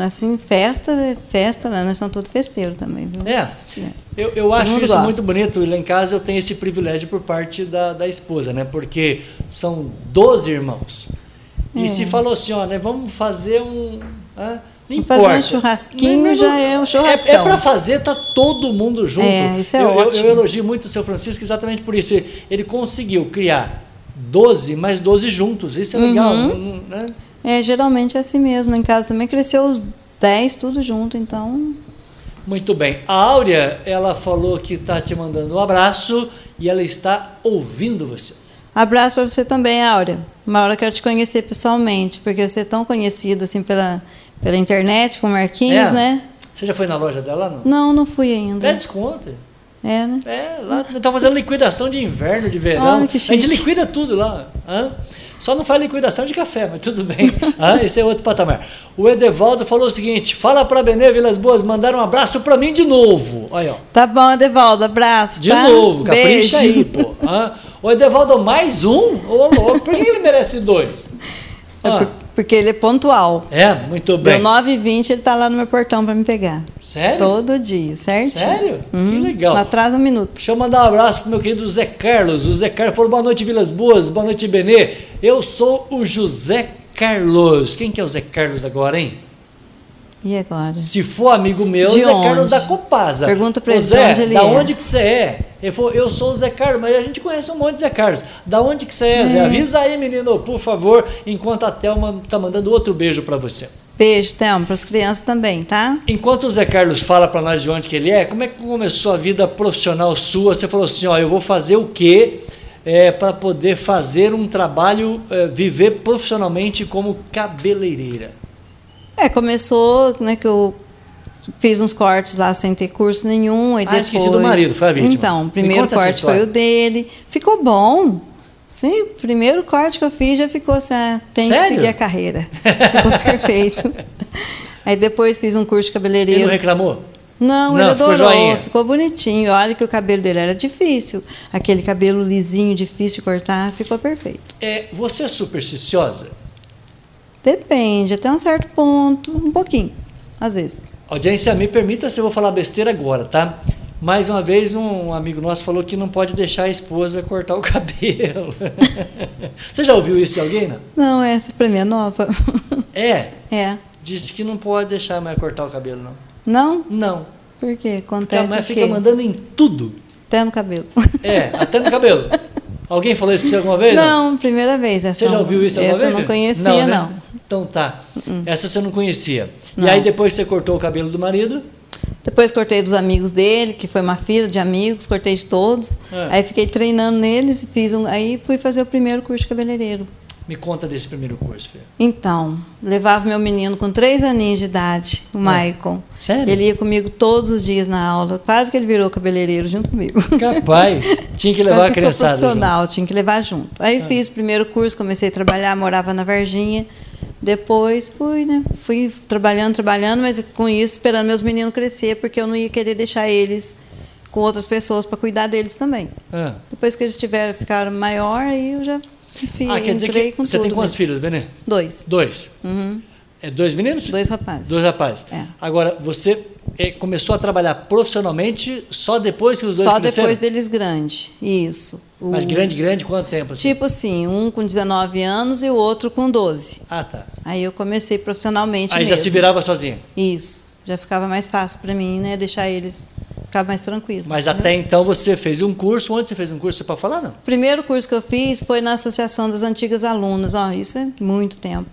S2: Assim, festa, festa, né? Nós somos todos festeiros também, viu?
S1: É.
S2: É.
S1: Eu, eu acho
S2: mundo
S1: isso
S2: gosta.
S1: muito bonito. E lá em casa eu tenho esse privilégio por parte da, da esposa, né? Porque são 12 irmãos. E
S2: É.
S1: se falou assim, ó, né? Vamos fazer um. ah, não
S2: Fazer um
S1: importa.
S2: churrasquinho
S1: Não, não,
S2: já
S1: não.
S2: é um
S1: É,
S2: churrascão.
S1: para fazer, tá todo mundo junto.
S2: É, isso é
S1: eu, eu-
S2: ótimo.
S1: eu elogio muito o seu Francisco exatamente por isso. Ele conseguiu criar 12 mais 12 juntos. Isso é
S2: Uhum.
S1: legal. não- não- né?
S2: É, geralmente é assim mesmo. Lá Em casa também cresceu os 10, tudo junto, então.
S1: Muito bem. A Áurea, ela falou que tá te mandando um abraço e ela está ouvindo você.
S2: Abraço pra você também, Áurea. Uma hora eu quero te conhecer pessoalmente, porque você é tão conhecida assim pela, pela internet, com o Marquinhos,
S1: É?
S2: né?
S1: Você já foi na loja dela, não?
S2: Não, não fui ainda.
S1: Pede desconto.
S2: É, né?
S1: É, lá tá fazendo liquidação de inverno, de verão.
S2: Olha que
S1: a gente
S2: chique.
S1: liquida tudo lá. hã? Só não faz liquidação de café, mas tudo bem. Hã? Esse é outro patamar. O Edevaldo falou o seguinte: fala pra Benê Vilas Boas, mandar um abraço pra mim de novo. Olha, ó.
S2: Tá bom, Edevaldo, abraço.
S1: De
S2: tá?
S1: novo,
S2: Beijo.
S1: capricha aí, pô. Hã? O Edevaldo, mais um? Ô, louco, por que ele merece dois?
S2: É
S1: Hã?
S2: por- porque ele é pontual.
S1: É, muito
S2: Deu
S1: Ah. bem.
S2: 9h20, ele tá lá no meu portão pra me pegar.
S1: Sério?
S2: Todo dia, certo?
S1: Sério? Que legal.
S2: Não atrasa um minuto.
S1: Deixa eu mandar um abraço pro meu querido Zé Carlos. O Zé Carlos falou boa noite, Vilas Boas, boa noite, Benê. Eu sou o José Carlos. Quem que é o Zé Carlos agora, hein?
S2: E agora?
S1: Se for amigo meu,
S2: De
S1: Zé Carlos
S2: onde?
S1: da Copasa.
S2: Pergunta pra
S1: Ô,
S2: ele de
S1: Zé,
S2: onde ele
S1: da
S2: é.
S1: onde que você é? Ele falou, eu sou o Zé Carlos, mas a gente conhece um monte de Zé Carlos. Da onde que você é, Zé? Avisa aí, menino, por favor, enquanto a Thelma tá mandando outro beijo pra você.
S2: Beijo, Thelma, pras crianças também, tá?
S1: Enquanto o Zé Carlos fala para nós de onde que ele é, como é que começou a vida profissional sua? Você falou assim, ó, eu vou fazer o quê para poder fazer um trabalho, eh, viver profissionalmente como cabeleireira?
S2: É, começou, né, que eu Fiz uns cortes lá sem ter curso nenhum. E
S1: Ah,
S2: depois...
S1: esqueci do marido, foi a vítima.
S2: Então, o
S1: Me
S2: primeiro
S1: conta essa
S2: corte foi
S1: história.
S2: o dele. Ficou bom. Sim, o primeiro corte que eu fiz já ficou assim, ah, tem
S1: Sério?
S2: que seguir a carreira. Ficou perfeito. Aí depois fiz um curso
S1: Ele
S2: de
S1: não
S2: cabeleireiro.
S1: reclamou?
S2: Não,
S1: Não,
S2: ele
S1: ficou
S2: adorou,
S1: joinha.
S2: ficou bonitinho. Olha que o cabelo dele era difícil. Aquele cabelo lisinho, difícil de cortar, ficou perfeito.
S1: É, você é supersticiosa?
S2: Depende, até um certo ponto, um pouquinho, às vezes.
S1: Audiência, me permita se eu vou falar besteira agora, tá? Mais uma vez, um amigo nosso falou que não pode deixar a esposa cortar o cabelo. você já ouviu isso de alguém, não?
S2: Não, essa pra mim é nova.
S1: É,
S2: é.
S1: disse que não pode deixar a mulher cortar o cabelo, não.
S2: Não?
S1: Não,
S2: Por quê?
S1: porque a
S2: Acontece
S1: mulher
S2: o
S1: fica
S2: quê?
S1: mandando em tudo.
S2: Até no cabelo.
S1: É, até no cabelo. Alguém falou isso pra você alguma vez?
S2: Não, primeira vez. Essa
S1: Você já
S2: não-
S1: ouviu isso alguma
S2: Essa eu
S1: vez?
S2: não conhecia, não. Hum.
S1: né? Então tá. Essa você não conhecia. E
S2: Não.
S1: aí depois você cortou o cabelo do marido?
S2: Depois cortei dos amigos dele, que foi uma fila de amigos, cortei de todos.
S1: É.
S2: Aí fiquei treinando neles e fiz um. Aí fui fazer o primeiro curso de cabeleireiro.
S1: Me conta desse primeiro curso, Fê.
S2: Então, levava meu menino com três aninhos de idade,
S1: É.
S2: o Maicon.
S1: Sério?
S2: Ele ia comigo todos os dias na aula, quase que ele virou cabeleireiro junto comigo.
S1: Capaz. Tinha que levar
S2: Quase
S1: a criançada.
S2: que ficou
S1: junto. É.
S2: profissional, tinha que levar junto. Aí fiz o primeiro curso, comecei a trabalhar, morava na Varginha. Depois fui, né? Fui trabalhando, trabalhando, mas com isso esperando meus meninos crescer, porque eu não ia querer deixar eles com outras pessoas para cuidar deles também.
S1: Ah.
S2: Depois que eles tiveram, ficaram maior, aí eu já enfim,
S1: Ah, quer dizer
S2: entrei
S1: que
S2: com
S1: você
S2: tudo.
S1: tem quantos
S2: mesmo.
S1: filhos, Benê?
S2: Dois.
S1: Dois.
S2: Uhum.
S1: É dois meninos?
S2: Dois rapazes.
S1: Dois rapazes.
S2: É.
S1: Agora, você eh, começou a trabalhar profissionalmente só depois que os dois
S2: Só
S1: cresceram?
S2: depois deles grande. Isso. O-
S1: Mas grande, grande, quanto tempo? assim?
S2: Tipo assim, um com 19 anos e o outro com 12.
S1: Ah, tá.
S2: Aí eu comecei profissionalmente
S1: Aí
S2: mesmo.
S1: já se virava sozinha.
S2: Isso. Já ficava mais fácil para mim, né? Deixar eles ficar mais tranquilo.
S1: Mas
S2: entendeu?
S1: até então você fez um curso. Onde você fez um curso? Você pode falar, não?
S2: O primeiro curso que eu fiz foi na Associação das Antigas Alunas. Ó, isso é muito tempo.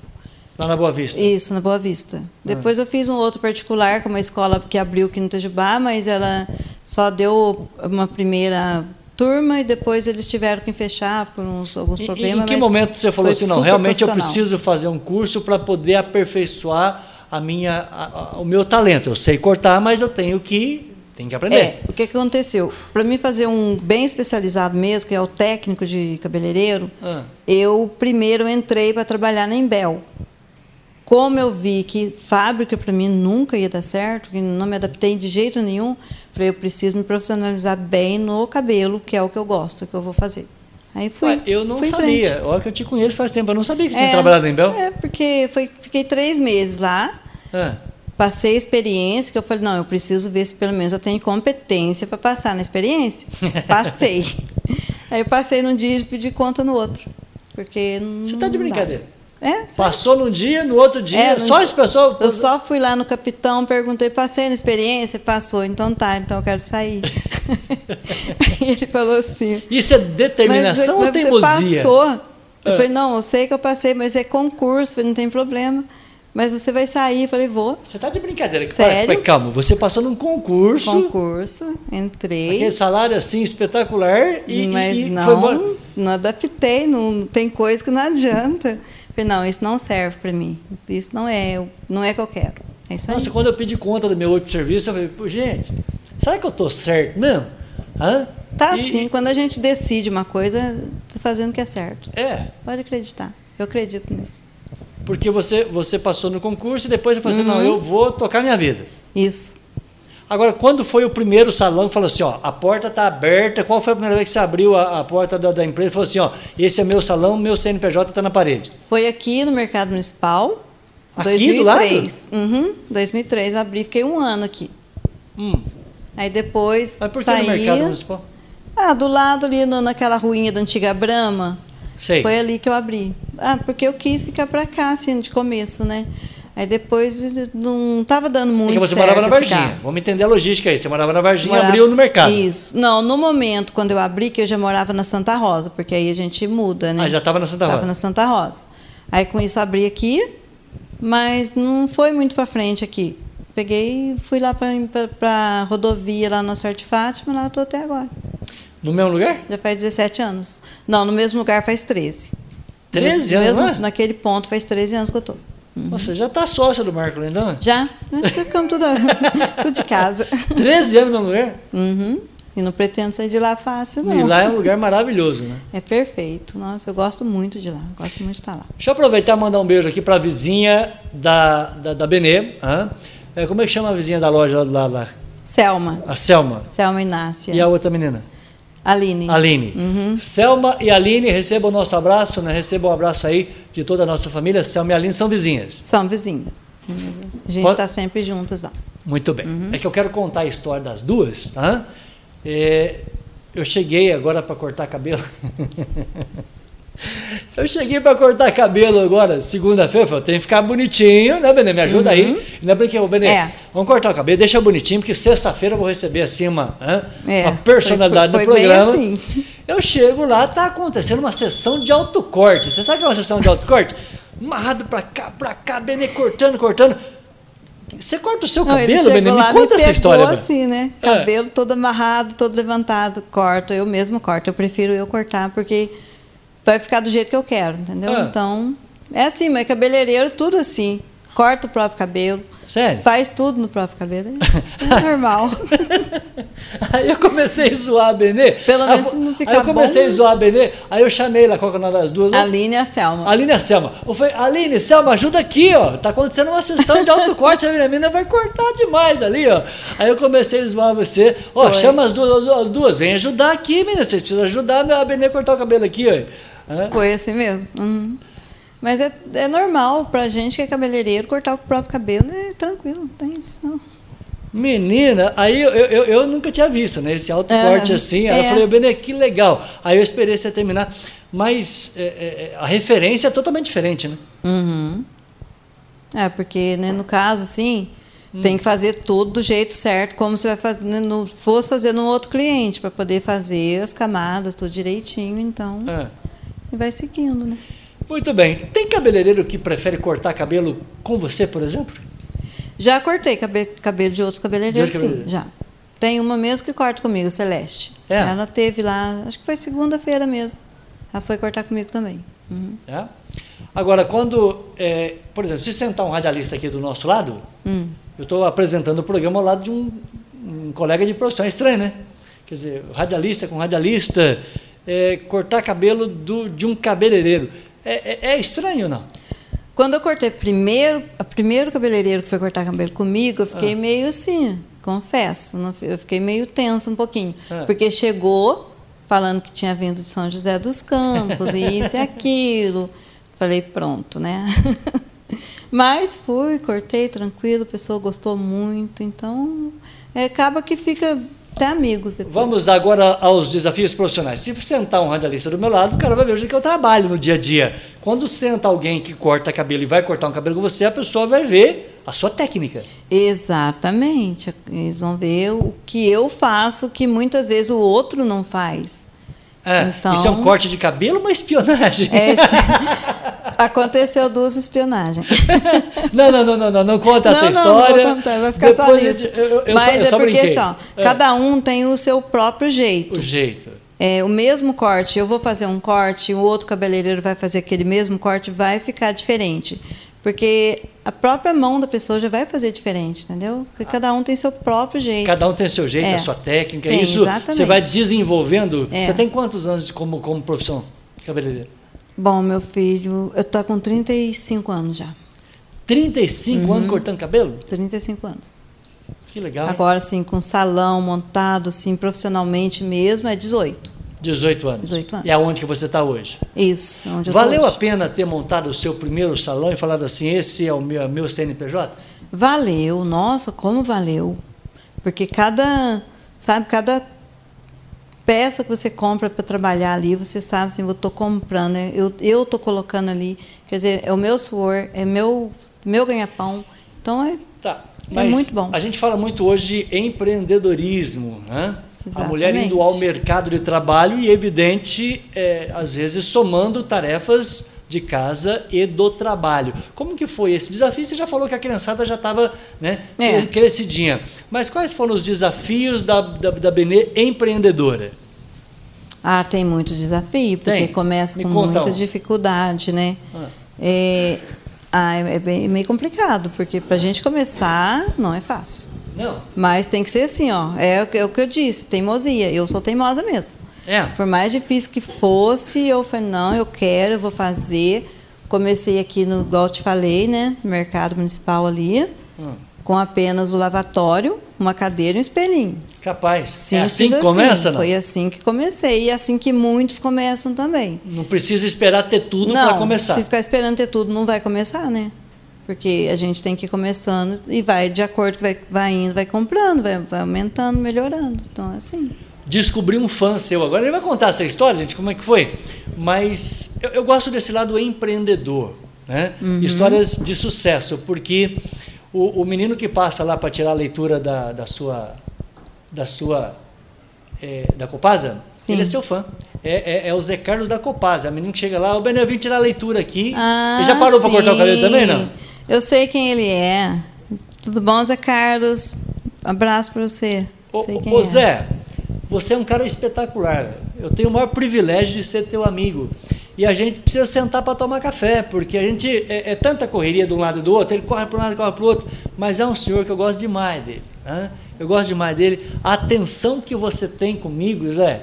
S1: Lá na Boa Vista.
S2: Isso, na Boa Vista. Depois eu fiz um outro particular com uma escola que abriu aqui no Itajubá, mas ela só deu uma primeira turma e depois eles tiveram que fechar por uns, alguns
S1: E- e
S2: problemas.
S1: em que
S2: mas
S1: momento você falou
S2: foi
S1: assim, não,
S2: super
S1: realmente eu
S2: profissional.
S1: preciso fazer um curso para poder aperfeiçoar a minha, a- a- o meu talento. Eu sei cortar, mas eu tenho que, tenho que aprender.
S2: É, o que que aconteceu? Para mim fazer um bem especializado mesmo, que é o técnico de cabeleireiro,
S1: Ah,
S2: eu primeiro entrei para trabalhar na Embel. Como eu vi que fábrica para mim nunca ia dar certo, que não me adaptei de jeito nenhum, falei, eu preciso me profissionalizar bem no cabelo, que é o que eu gosto, que eu vou fazer. Aí fui.
S1: ué, eu não
S2: fui em frente.
S1: sabia. Olha que eu te conheço faz tempo. Eu não sabia que tinha
S2: É,
S1: trabalhado em Bel.
S2: É, porque foi, fiquei três meses lá,
S1: Ah,
S2: passei a experiência, que eu falei, não, eu preciso ver se pelo menos eu tenho competência para passar na experiência. Passei. Aí eu passei num dia e pedi conta no outro. Porque não
S1: Você está de
S2: dá.
S1: brincadeira.
S2: É, sério.
S1: Passou num dia, no outro dia,
S2: É, no-
S1: só as pessoas...
S2: Eu só fui lá no capitão, perguntei, passei na experiência, passou, então tá, então eu quero sair. Aí ele falou assim.
S1: Isso é
S2: mas,
S1: determinação
S2: mas
S1: ou
S2: você
S1: teimosia?
S2: passou. Eu
S1: É.
S2: falei, não, eu sei que eu passei, mas é concurso, falei, não tem problema. Mas você vai sair, eu falei, vou.
S1: Você está de brincadeira. Pera-
S2: Sério?
S1: pera- Calma, você passou num concurso...
S2: Concurso, entrei.
S1: Aquele salário assim espetacular e, e-
S2: mas
S1: e foi embora.
S2: não, não adaptei, não, não tem coisa que não adianta. Falei, não, isso não serve pra mim. Isso não é, eu- não é que eu quero. É isso aí.
S1: Nossa, quando eu pedi conta do meu outro serviço, eu falei, pô, gente, será que eu tô certo mesmo? Hã?
S2: Tá
S1: E-
S2: assim, quando a gente decide uma coisa, tá fazendo o que é certo.
S1: É,
S2: Pode acreditar. Eu acredito nisso.
S1: porque você, você passou no concurso e depois você falou assim, não,
S2: Uhum.
S1: eu vou tocar minha vida.
S2: Isso.
S1: Agora, quando foi o primeiro salão que falou assim, ó, a porta tá aberta, qual foi a primeira vez que você abriu a, a porta da, da empresa e falou assim, ó, esse é meu salão, meu CNPJ tá na parede.
S2: Foi aqui no mercado municipal.
S1: Aqui do lado?
S2: 2003. Uhum, 2003 eu abri, fiquei um ano aqui.
S1: Hum,
S2: Aí depois
S1: mas por que
S2: saía.
S1: no mercado municipal?
S2: Ah, do lado ali no- naquela ruinha da antiga Brahma.
S1: Sei.
S2: Foi ali que eu abri. Ah, porque eu quis ficar pra cá, assim, de começo, né? Aí depois não tava dando muito
S1: porque É você
S2: certo
S1: morava na
S2: eu ficar.
S1: Varginha. Vamos entender a logística aí. Você morava na Varginha e
S2: Morava-
S1: abriu no mercado.
S2: Isso. Não, no momento, quando eu abri, que eu já morava na Santa Rosa, porque aí a gente muda, né?
S1: Ah, já estava na Santa
S2: Tava
S1: Rosa.
S2: na Santa Rosa. Aí com isso eu abri aqui, mas não foi muito pra frente aqui. Peguei e fui lá pra, pra, pra rodovia, lá na Sorte Fátima, lá eu tô até agora.
S1: No mesmo lugar?
S2: Já faz 17 anos. Não, no mesmo lugar faz 13.
S1: 13
S2: mesmo,
S1: anos,
S2: mesmo
S1: não é?
S2: Naquele ponto faz 13 anos que eu tô.
S1: Nossa, já tá sócia do Marco Lindão?
S2: Já? Né? Porque Ficamos tudo, tudo de casa.
S1: 13 anos na mulher?
S2: Uhum. E não pretendo sair de lá fácil, não.
S1: E lá é um lugar maravilhoso, né?
S2: É perfeito. Nossa, eu gosto muito de lá. Gosto muito de estar lá.
S1: Deixa eu aproveitar e mandar um beijo aqui para a vizinha da, da, da Benê. hã? É, como é que chama a vizinha da loja lá? lá?
S2: Selma.
S1: A Selma.
S2: Selma Inácia.
S1: E a outra menina?
S2: Aline. Uhum.
S1: Aline. Selma e Aline, recebam o nosso abraço, né? Recebam um abraço aí de toda a nossa família. Selma e Aline são vizinhas.
S2: São vizinhas. A gente
S1: Pode-
S2: está sempre juntas lá.
S1: Muito bem.
S2: Uhum.
S1: É que eu quero contar a história das duas, tá? É, eu cheguei agora para cortar cabelo. eu cheguei para cortar cabelo agora, segunda-feira. Falei, tem que ficar bonitinho, né, Benê? Me ajuda aí. Lembra que, ô, Benê,
S2: Uhum. É.
S1: vamos cortar o cabelo, deixa bonitinho, porque sexta-feira eu vou receber, assim, uma, hã?
S2: É,
S1: uma personalidade
S2: foi-
S1: do
S2: foi bem
S1: programa.
S2: assim.
S1: Eu chego lá, tá acontecendo uma sessão de autocorte. Você sabe o que é uma sessão de autocorte? Amarrado pra cá, pra cá, Benê cortando, cortando. Você corta o seu
S2: Não, ele
S1: cabelo,
S2: chegou
S1: Benê? Me
S2: lá,
S1: conta essa
S2: pegou
S1: história. Bê.
S2: assim, né?
S1: É.
S2: Cabelo todo amarrado, todo levantado. Corto, eu mesmo corto. Eu prefiro eu cortar, porque vai ficar do jeito que eu quero, entendeu?
S1: É.
S2: Então, é assim, mas cabeleireiro, tudo assim. Corta o próprio cabelo.
S1: Sério?
S2: Faz tudo no próprio cabelo. É tudo normal.
S1: Aí eu comecei a zoar a Benê.
S2: Pelo
S1: Aí
S2: menos
S1: eu-
S2: não fica
S1: Aí eu comecei
S2: bom,
S1: a
S2: né?
S1: zoar a Benê, aí eu chamei lá, qual que é o nome das duas? Aline.
S2: Aline e a Selma.
S1: Aline e a Selma. Eu falei, Aline, Selma, ajuda aqui, ó. Tá acontecendo uma sessão de autocorte, né? a menina- a menina vai cortar demais ali, ó. Aí eu comecei a zoar você. Ó,
S2: Foi.
S1: chama as duas, as duas, vem ajudar aqui, menina. Vocês precisam ajudar a Benê a cortar o cabelo aqui, ó. Hã?
S2: Foi assim mesmo. Uhum. Mas é, é normal pra gente que é cabeleireiro cortar o próprio cabelo. É tranquilo, não tem isso não.
S1: Menina, aí eu, eu, eu nunca tinha visto, né? Esse alto
S2: Ah,
S1: corte assim. Aí eu
S2: é.
S1: falei, Benê, que legal. Aí eu esperei você terminar. Mas é, é, é, a referência é totalmente diferente, né?
S2: Uhum. É, porque, né, no caso, assim, tem que fazer tudo do jeito certo, como você vai fazer, né, no, fosse fazer no outro cliente, para poder fazer as camadas, tudo direitinho, então,
S1: É.
S2: e vai seguindo, né?
S1: Muito bem. Tem cabeleireiro que prefere cortar cabelo com você, por exemplo?
S2: Já cortei cabe- cabelo de outros cabeleireiros,
S1: De outro
S2: sim, já. Tem uma mesmo que corta comigo, Celeste.
S1: É?
S2: Ela teve lá, acho que foi segunda-feira mesmo. Ela foi cortar comigo também. Uhum.
S1: É. Agora, quando, é, por exemplo, se sentar um radialista aqui do nosso lado,
S2: Hum.
S1: eu estou apresentando o programa ao lado de um, um colega de profissão. É estranho, né? Quer dizer, radialista com radialista, é, cortar cabelo do- de um cabeleireiro. É, é- é estranho ou não?
S2: Quando eu cortei primeiro, a primeiro cabeleireiro que foi cortar cabelo comigo, eu fiquei
S1: Ah.
S2: meio assim, confesso, não fi- eu fiquei meio tensa um pouquinho,
S1: Ah.
S2: porque chegou falando que tinha vindo de São José dos Campos e isso e aquilo. Falei, pronto, né? Mas fui, cortei tranquilo, a pessoa gostou muito, então é, acaba que fica até amigos depois.
S1: Vamos agora aos desafios profissionais. Se sentar um radialista do meu lado, o cara vai ver o jeito que eu trabalho no dia a dia. Quando senta alguém que corta cabelo e vai cortar um cabelo com você, a pessoa vai ver a sua técnica.
S2: Exatamente. Eles vão ver o que eu faço que muitas vezes o outro não faz.
S1: É,
S2: Então-
S1: Isso é um corte de cabelo ou uma espionagem?
S2: É, espi- Aconteceu duas espionagens.
S1: Não, não, não, não, não, não conta essa
S2: não,
S1: Tá história.
S2: não vou contar, vai ficar só
S1: Depois
S2: nisso.
S1: eu- eu- eu
S2: Mas
S1: só- eu
S2: é
S1: só
S2: porque
S1: brinquei.
S2: assim, ó,
S1: É,
S2: cada um tem o seu próprio jeito.
S1: O jeito.
S2: É, o mesmo corte, eu vou fazer um corte, o outro cabeleireiro vai fazer aquele mesmo corte, vai ficar diferente. Porque a própria mão da pessoa já vai fazer diferente, entendeu? Porque cada um tem seu próprio jeito.
S1: Cada um tem seu jeito,
S2: É.
S1: a sua técnica.
S2: Tem,
S1: Isso você
S2: exatamente.
S1: vai desenvolvendo.
S2: É.
S1: Você tem quantos anos de- como, como profissão cabeleireiro?
S2: Bom, meu filho, eu tô com 35 anos já.
S1: 35
S2: Uhum.
S1: anos cortando cabelo?
S2: 35 anos.
S1: Que legal. hein?
S2: Agora, assim, com salão montado, assim, profissionalmente mesmo, é 18.
S1: 18 anos.
S2: 18 anos.
S1: E aonde que você está hoje?
S2: Isso, é onde eu
S1: Valeu
S2: tô
S1: a
S2: hoje.
S1: pena ter montado o seu primeiro salão e falado assim, esse é o meu, é meu CNPJ?
S2: Valeu, nossa, como valeu. Porque cada, sabe, cada peça que você compra para trabalhar ali, você sabe assim, eu tô comprando, né? eu eu tô colocando ali, quer dizer, é o meu suor, é meu meu ganha-pão. Então é
S1: Tá.
S2: É
S1: Mas
S2: muito bom.
S1: A gente fala muito hoje de empreendedorismo, né? A
S2: Exatamente.
S1: mulher indo ao mercado de trabalho e, evidente, é, às vezes somando tarefas de casa e do trabalho. Como que foi esse desafio? Você já falou que a criançada já estava né,
S2: É.
S1: cre- crescidinha. Mas quais foram os desafios da, da, da Benê empreendedora?
S2: Ah, tem muitos desafios, porque
S1: Tem.
S2: começa
S1: Me um.
S2: com
S1: conta
S2: muita
S1: um.
S2: dificuldade, né?
S1: Ah.
S2: É, Ah, é é bem, meio complicado, porque para a gente começar não é fácil.
S1: Não.
S2: Mas tem que ser assim, ó. É, o que- é o que eu disse, teimosia. Eu sou teimosa mesmo.
S1: É.
S2: Por mais difícil que fosse, eu falei, não, eu quero, eu vou fazer. Comecei aqui no, igual eu te falei, né? no Mercado municipal ali,
S1: Hum.
S2: com apenas o lavatório, uma cadeira e um espelhinho.
S1: Capaz. é
S2: Simples
S1: assim que começa, não?
S2: Foi assim que comecei e assim que muitos começam também.
S1: Não precisa esperar ter tudo
S2: não,
S1: para começar.
S2: se ficar esperando ter tudo, não vai começar, né? Porque a gente tem que ir começando e vai de acordo que vai, vai indo, vai comprando, vai, vai aumentando, melhorando. Então, é assim.
S1: Descobri um fã seu agora. Ele vai contar essa história, gente, como é que foi. Mas eu, eu gosto desse lado empreendedor, né?
S2: Uhum.
S1: Histórias de sucesso, porque o, o menino que passa lá para tirar a leitura da, da sua. da sua. eh, da Copasa,
S2: Sim.
S1: ele é seu fã. É, é- é o Zé Carlos da Copasa. O menino que chega lá, ô Bené, eu vim tirar a leitura aqui.
S2: Ah,
S1: ele já parou para cortar o cabelo
S2: sim.
S1: também, não?
S2: Eu sei quem ele é. Tudo bom, Zé Carlos? Abraço pra você. sei quem
S1: Ô, ô
S2: é.
S1: Zé, você é um cara espetacular. Eu tenho o maior privilégio de ser teu amigo. E a gente precisa sentar para tomar café, porque a gente é, é tanta correria de um lado e do outro, ele corre para um lado, corre para o outro, mas é um senhor que eu gosto demais dele. né? Eu gosto demais dele. A atenção que você tem comigo, Zé,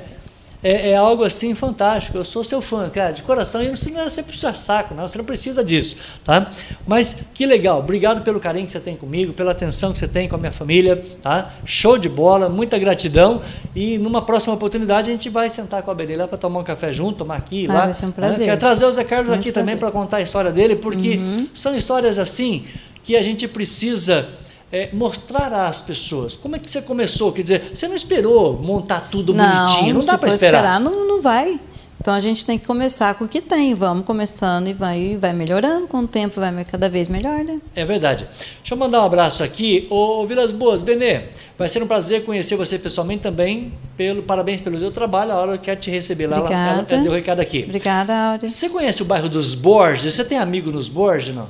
S1: é, é algo assim fantástico. Eu sou seu fã, cara, de coração. E isso não é ser puxar saco, não. Você não precisa disso, tá? Mas que legal. Obrigado pelo carinho que você tem comigo, pela atenção que você tem com a minha família, tá? Show de bola, muita gratidão. E numa próxima oportunidade a gente vai sentar com a Belê lá para tomar um café junto, tomar aqui,
S2: Ah,
S1: lá.
S2: vai ser um
S1: né?
S2: prazer.
S1: Quero trazer o Zé Carlos
S2: Muito
S1: aqui
S2: prazer. Uhum.
S1: também para contar a história dele, porque são histórias assim que a gente precisa. é, mostrar às pessoas como é que você começou, quer dizer, você não esperou montar tudo bonitinho, não
S2: se
S1: dá para
S2: for
S1: esperar.
S2: não, não vai. Então a gente tem que começar com o que tem. Vamos começando e vai, vai melhorando. Com o tempo vai cada vez melhor, né?
S1: É verdade. Deixa eu mandar um abraço aqui. Ô Vilas Boas, Benê, vai ser um prazer conhecer você pessoalmente também. Pelo, parabéns pelo seu trabalho. A hora quer te receber lá. Ela- Ela,
S2: Obrigada.
S1: deu o recado aqui.
S2: Obrigada, Áurea.
S1: Você conhece o bairro dos Borges? Você tem amigo nos Borges, não?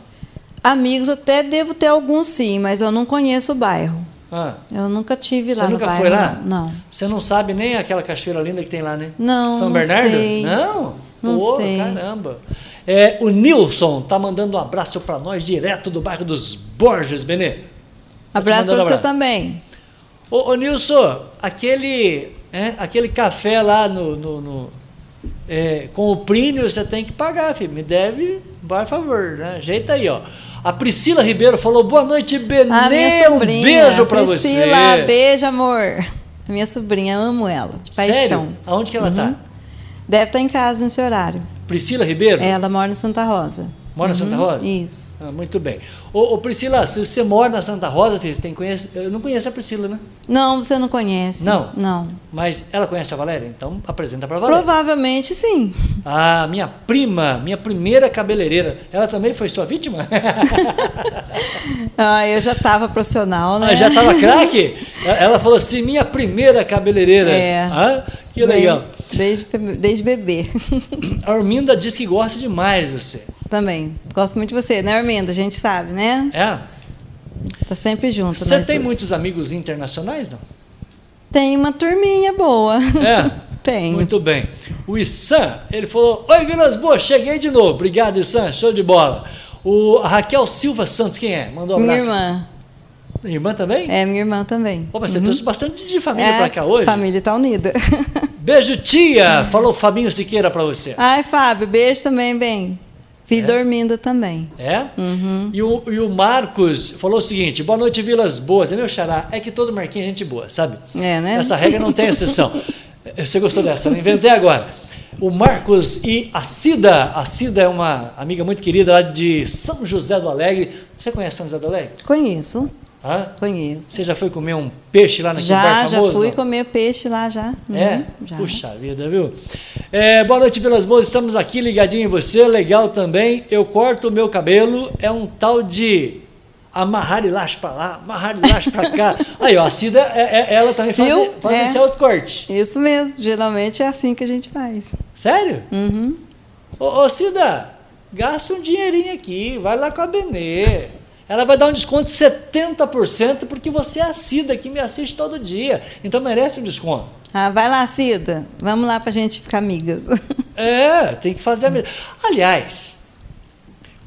S2: Amigos, até devo ter alguns sim, mas eu não conheço o bairro.
S1: Ah,
S2: Eu nunca tive
S1: Você
S2: lá no
S1: nunca
S2: bairro.
S1: foi lá?
S2: Não.
S1: você não sabe nem aquela cachoeira linda que tem lá, né?
S2: Não,
S1: São
S2: não
S1: Bernardo?
S2: sei.
S1: Não?
S2: Não
S1: Pô,
S2: sei.
S1: caramba. É, o Nilson tá mandando um abraço para nós direto do bairro dos Borges, Benê. Tô te
S2: Abraço
S1: mandando
S2: pra você
S1: um abraço.
S2: também.
S1: Ô, ô Nilson, aquele, é, aquele café lá no, no- no- é, com o Plínio você tem que pagar, filho. Me deve, por favor, né? Ajeita aí, ó. A Priscila Ribeiro falou, boa noite, Benê.
S2: A minha
S1: um
S2: sobrinha.
S1: beijo pra
S2: Priscila,
S1: você.
S2: beijo, amor. A minha sobrinha, amo ela, de paixão. Uhum.
S1: Sério? Aonde que ela tá?
S2: Deve estar em casa nesse horário.
S1: Priscila Ribeiro?
S2: Ela mora em Santa Rosa. Uhum,
S1: Mora em Santa Rosa?
S2: Isso.
S1: Ah, muito bem. Ô, ô, Priscila, se você mora na Santa Rosa, filho, você tem que conhecer. Eu não conheço a Priscila, né?
S2: Não, você não conhece.
S1: Não.
S2: Não.
S1: Mas ela conhece a Valéria? Então apresenta pra Valéria.
S2: Provavelmente sim.
S1: Ah, minha prima, minha primeira cabeleireira. Ela também foi sua vítima?
S2: Ah, eu já estava profissional, né?
S1: Ela Ah, já estava craque? Ela falou assim, minha primeira cabeleireira.
S2: É.
S1: Ah, que
S2: Bem,
S1: legal.
S2: Desde, pe- desde bebê.
S1: A Arminda diz que gosta demais de você.
S2: Também. Gosto muito de você, né, Arminda? A gente sabe, né?
S1: É?
S2: Tá sempre junto.
S1: Você
S2: nós
S1: tem
S2: dois.
S1: muitos amigos internacionais, não?
S2: Tem uma turminha boa.
S1: É.
S2: Tem.
S1: Muito bem. O Issan, ele falou: Oi, Vilas Boas, cheguei de novo. Obrigado, Issan, show de bola. O a Raquel Silva Santos, quem é? Mandou um
S2: minha
S1: abraço.
S2: irmã.
S1: Irmã também?
S2: É, minha irmã também. Uhum. É,
S1: Pô, mas você trouxe bastante de família pra cá hoje.
S2: Família tá unida.
S1: Beijo, tia! Falou Fabinho Siqueira pra você.
S2: Ai, Fábio, beijo também, bem. Filho dormindo também.
S1: É?
S2: Uhum.
S1: E, o, e o Marcos falou o seguinte: boa noite, Vilas Boas. É meu xará. É que todo Marquinho é gente boa, sabe?
S2: É, né?
S1: Essa regra não tem exceção. Você gostou dessa? Eu inventei agora. O Marcos e a Cida. A Cida é uma amiga muito querida lá de São José do Alegre. Você conhece São José do Alegre?
S2: Conheço,
S1: Hã?
S2: conheço.
S1: Você já foi comer um peixe lá naquele
S2: Já,
S1: bar
S2: já
S1: famoso?
S2: fui
S1: não?
S2: comer peixe lá já.
S1: É?
S2: Uhum, já.
S1: Puxa vida, viu? É, boa noite, Vilas Boas. Estamos aqui ligadinho em você. Legal também. Eu corto o meu cabelo. É um tal de amarrar e laço pra lá, amarrar e laço pra cá. Aí, ó, a Cida, é- é- ela também faz,
S2: Viu?
S1: faz
S2: É.
S1: esse outro corte.
S2: Isso mesmo, geralmente é assim que a gente faz.
S1: Sério?
S2: Uhum.
S1: Ô, ô, Cida, gasta um dinheirinho aqui. Vai lá com a Benê. Ela vai dar um desconto de 70% porque você é a Cida que me assiste todo dia. Então merece um desconto.
S2: Ah, vai lá, Cida. Vamos lá pra gente ficar amigas.
S1: É, tem que fazer a mesma. Aliás,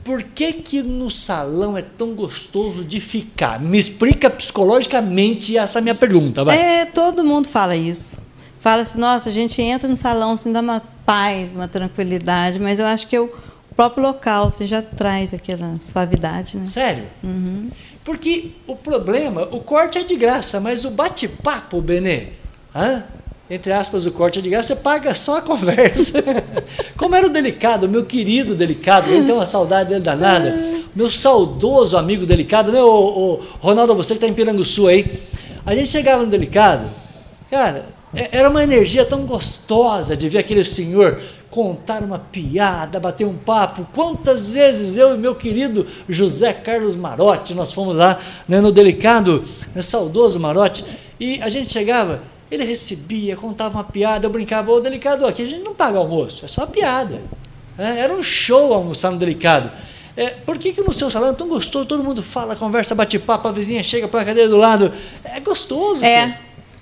S1: Por que que no salão é tão gostoso de ficar? Me explica psicologicamente essa minha pergunta, vai.
S2: É, todo mundo fala isso. Fala assim, nossa, a gente entra no salão, assim, dá uma paz, uma tranquilidade, mas eu acho que eu- o próprio local você já traz aquela suavidade, né?
S1: Sério? Porque o problema, o corte é de graça, mas o bate-papo, Benê, hã? entre aspas, o corte é de graça, você paga só a conversa. Como era o delicado, meu querido delicado, eu tenho uma saudade dele danada, meu saudoso amigo delicado, né, o, Ronaldo, você que está em Piranguçu aí, a gente chegava no delicado, Cara, é- era uma energia tão gostosa de ver aquele senhor contar uma piada, bater um papo. Quantas vezes eu e meu querido José Carlos Marotti, nós fomos lá né, no delicado, né, saudoso Marotti, e a gente chegava, ele recebia, contava uma piada, eu brincava, ô delicado, aqui a gente não paga almoço, é só piada. né? Era um show almoçar no delicado. É, por que, que no seu salão é tão gostoso? Todo mundo fala, conversa, bate papo, a vizinha chega para a cadeira do lado. É gostoso. pô.
S2: É.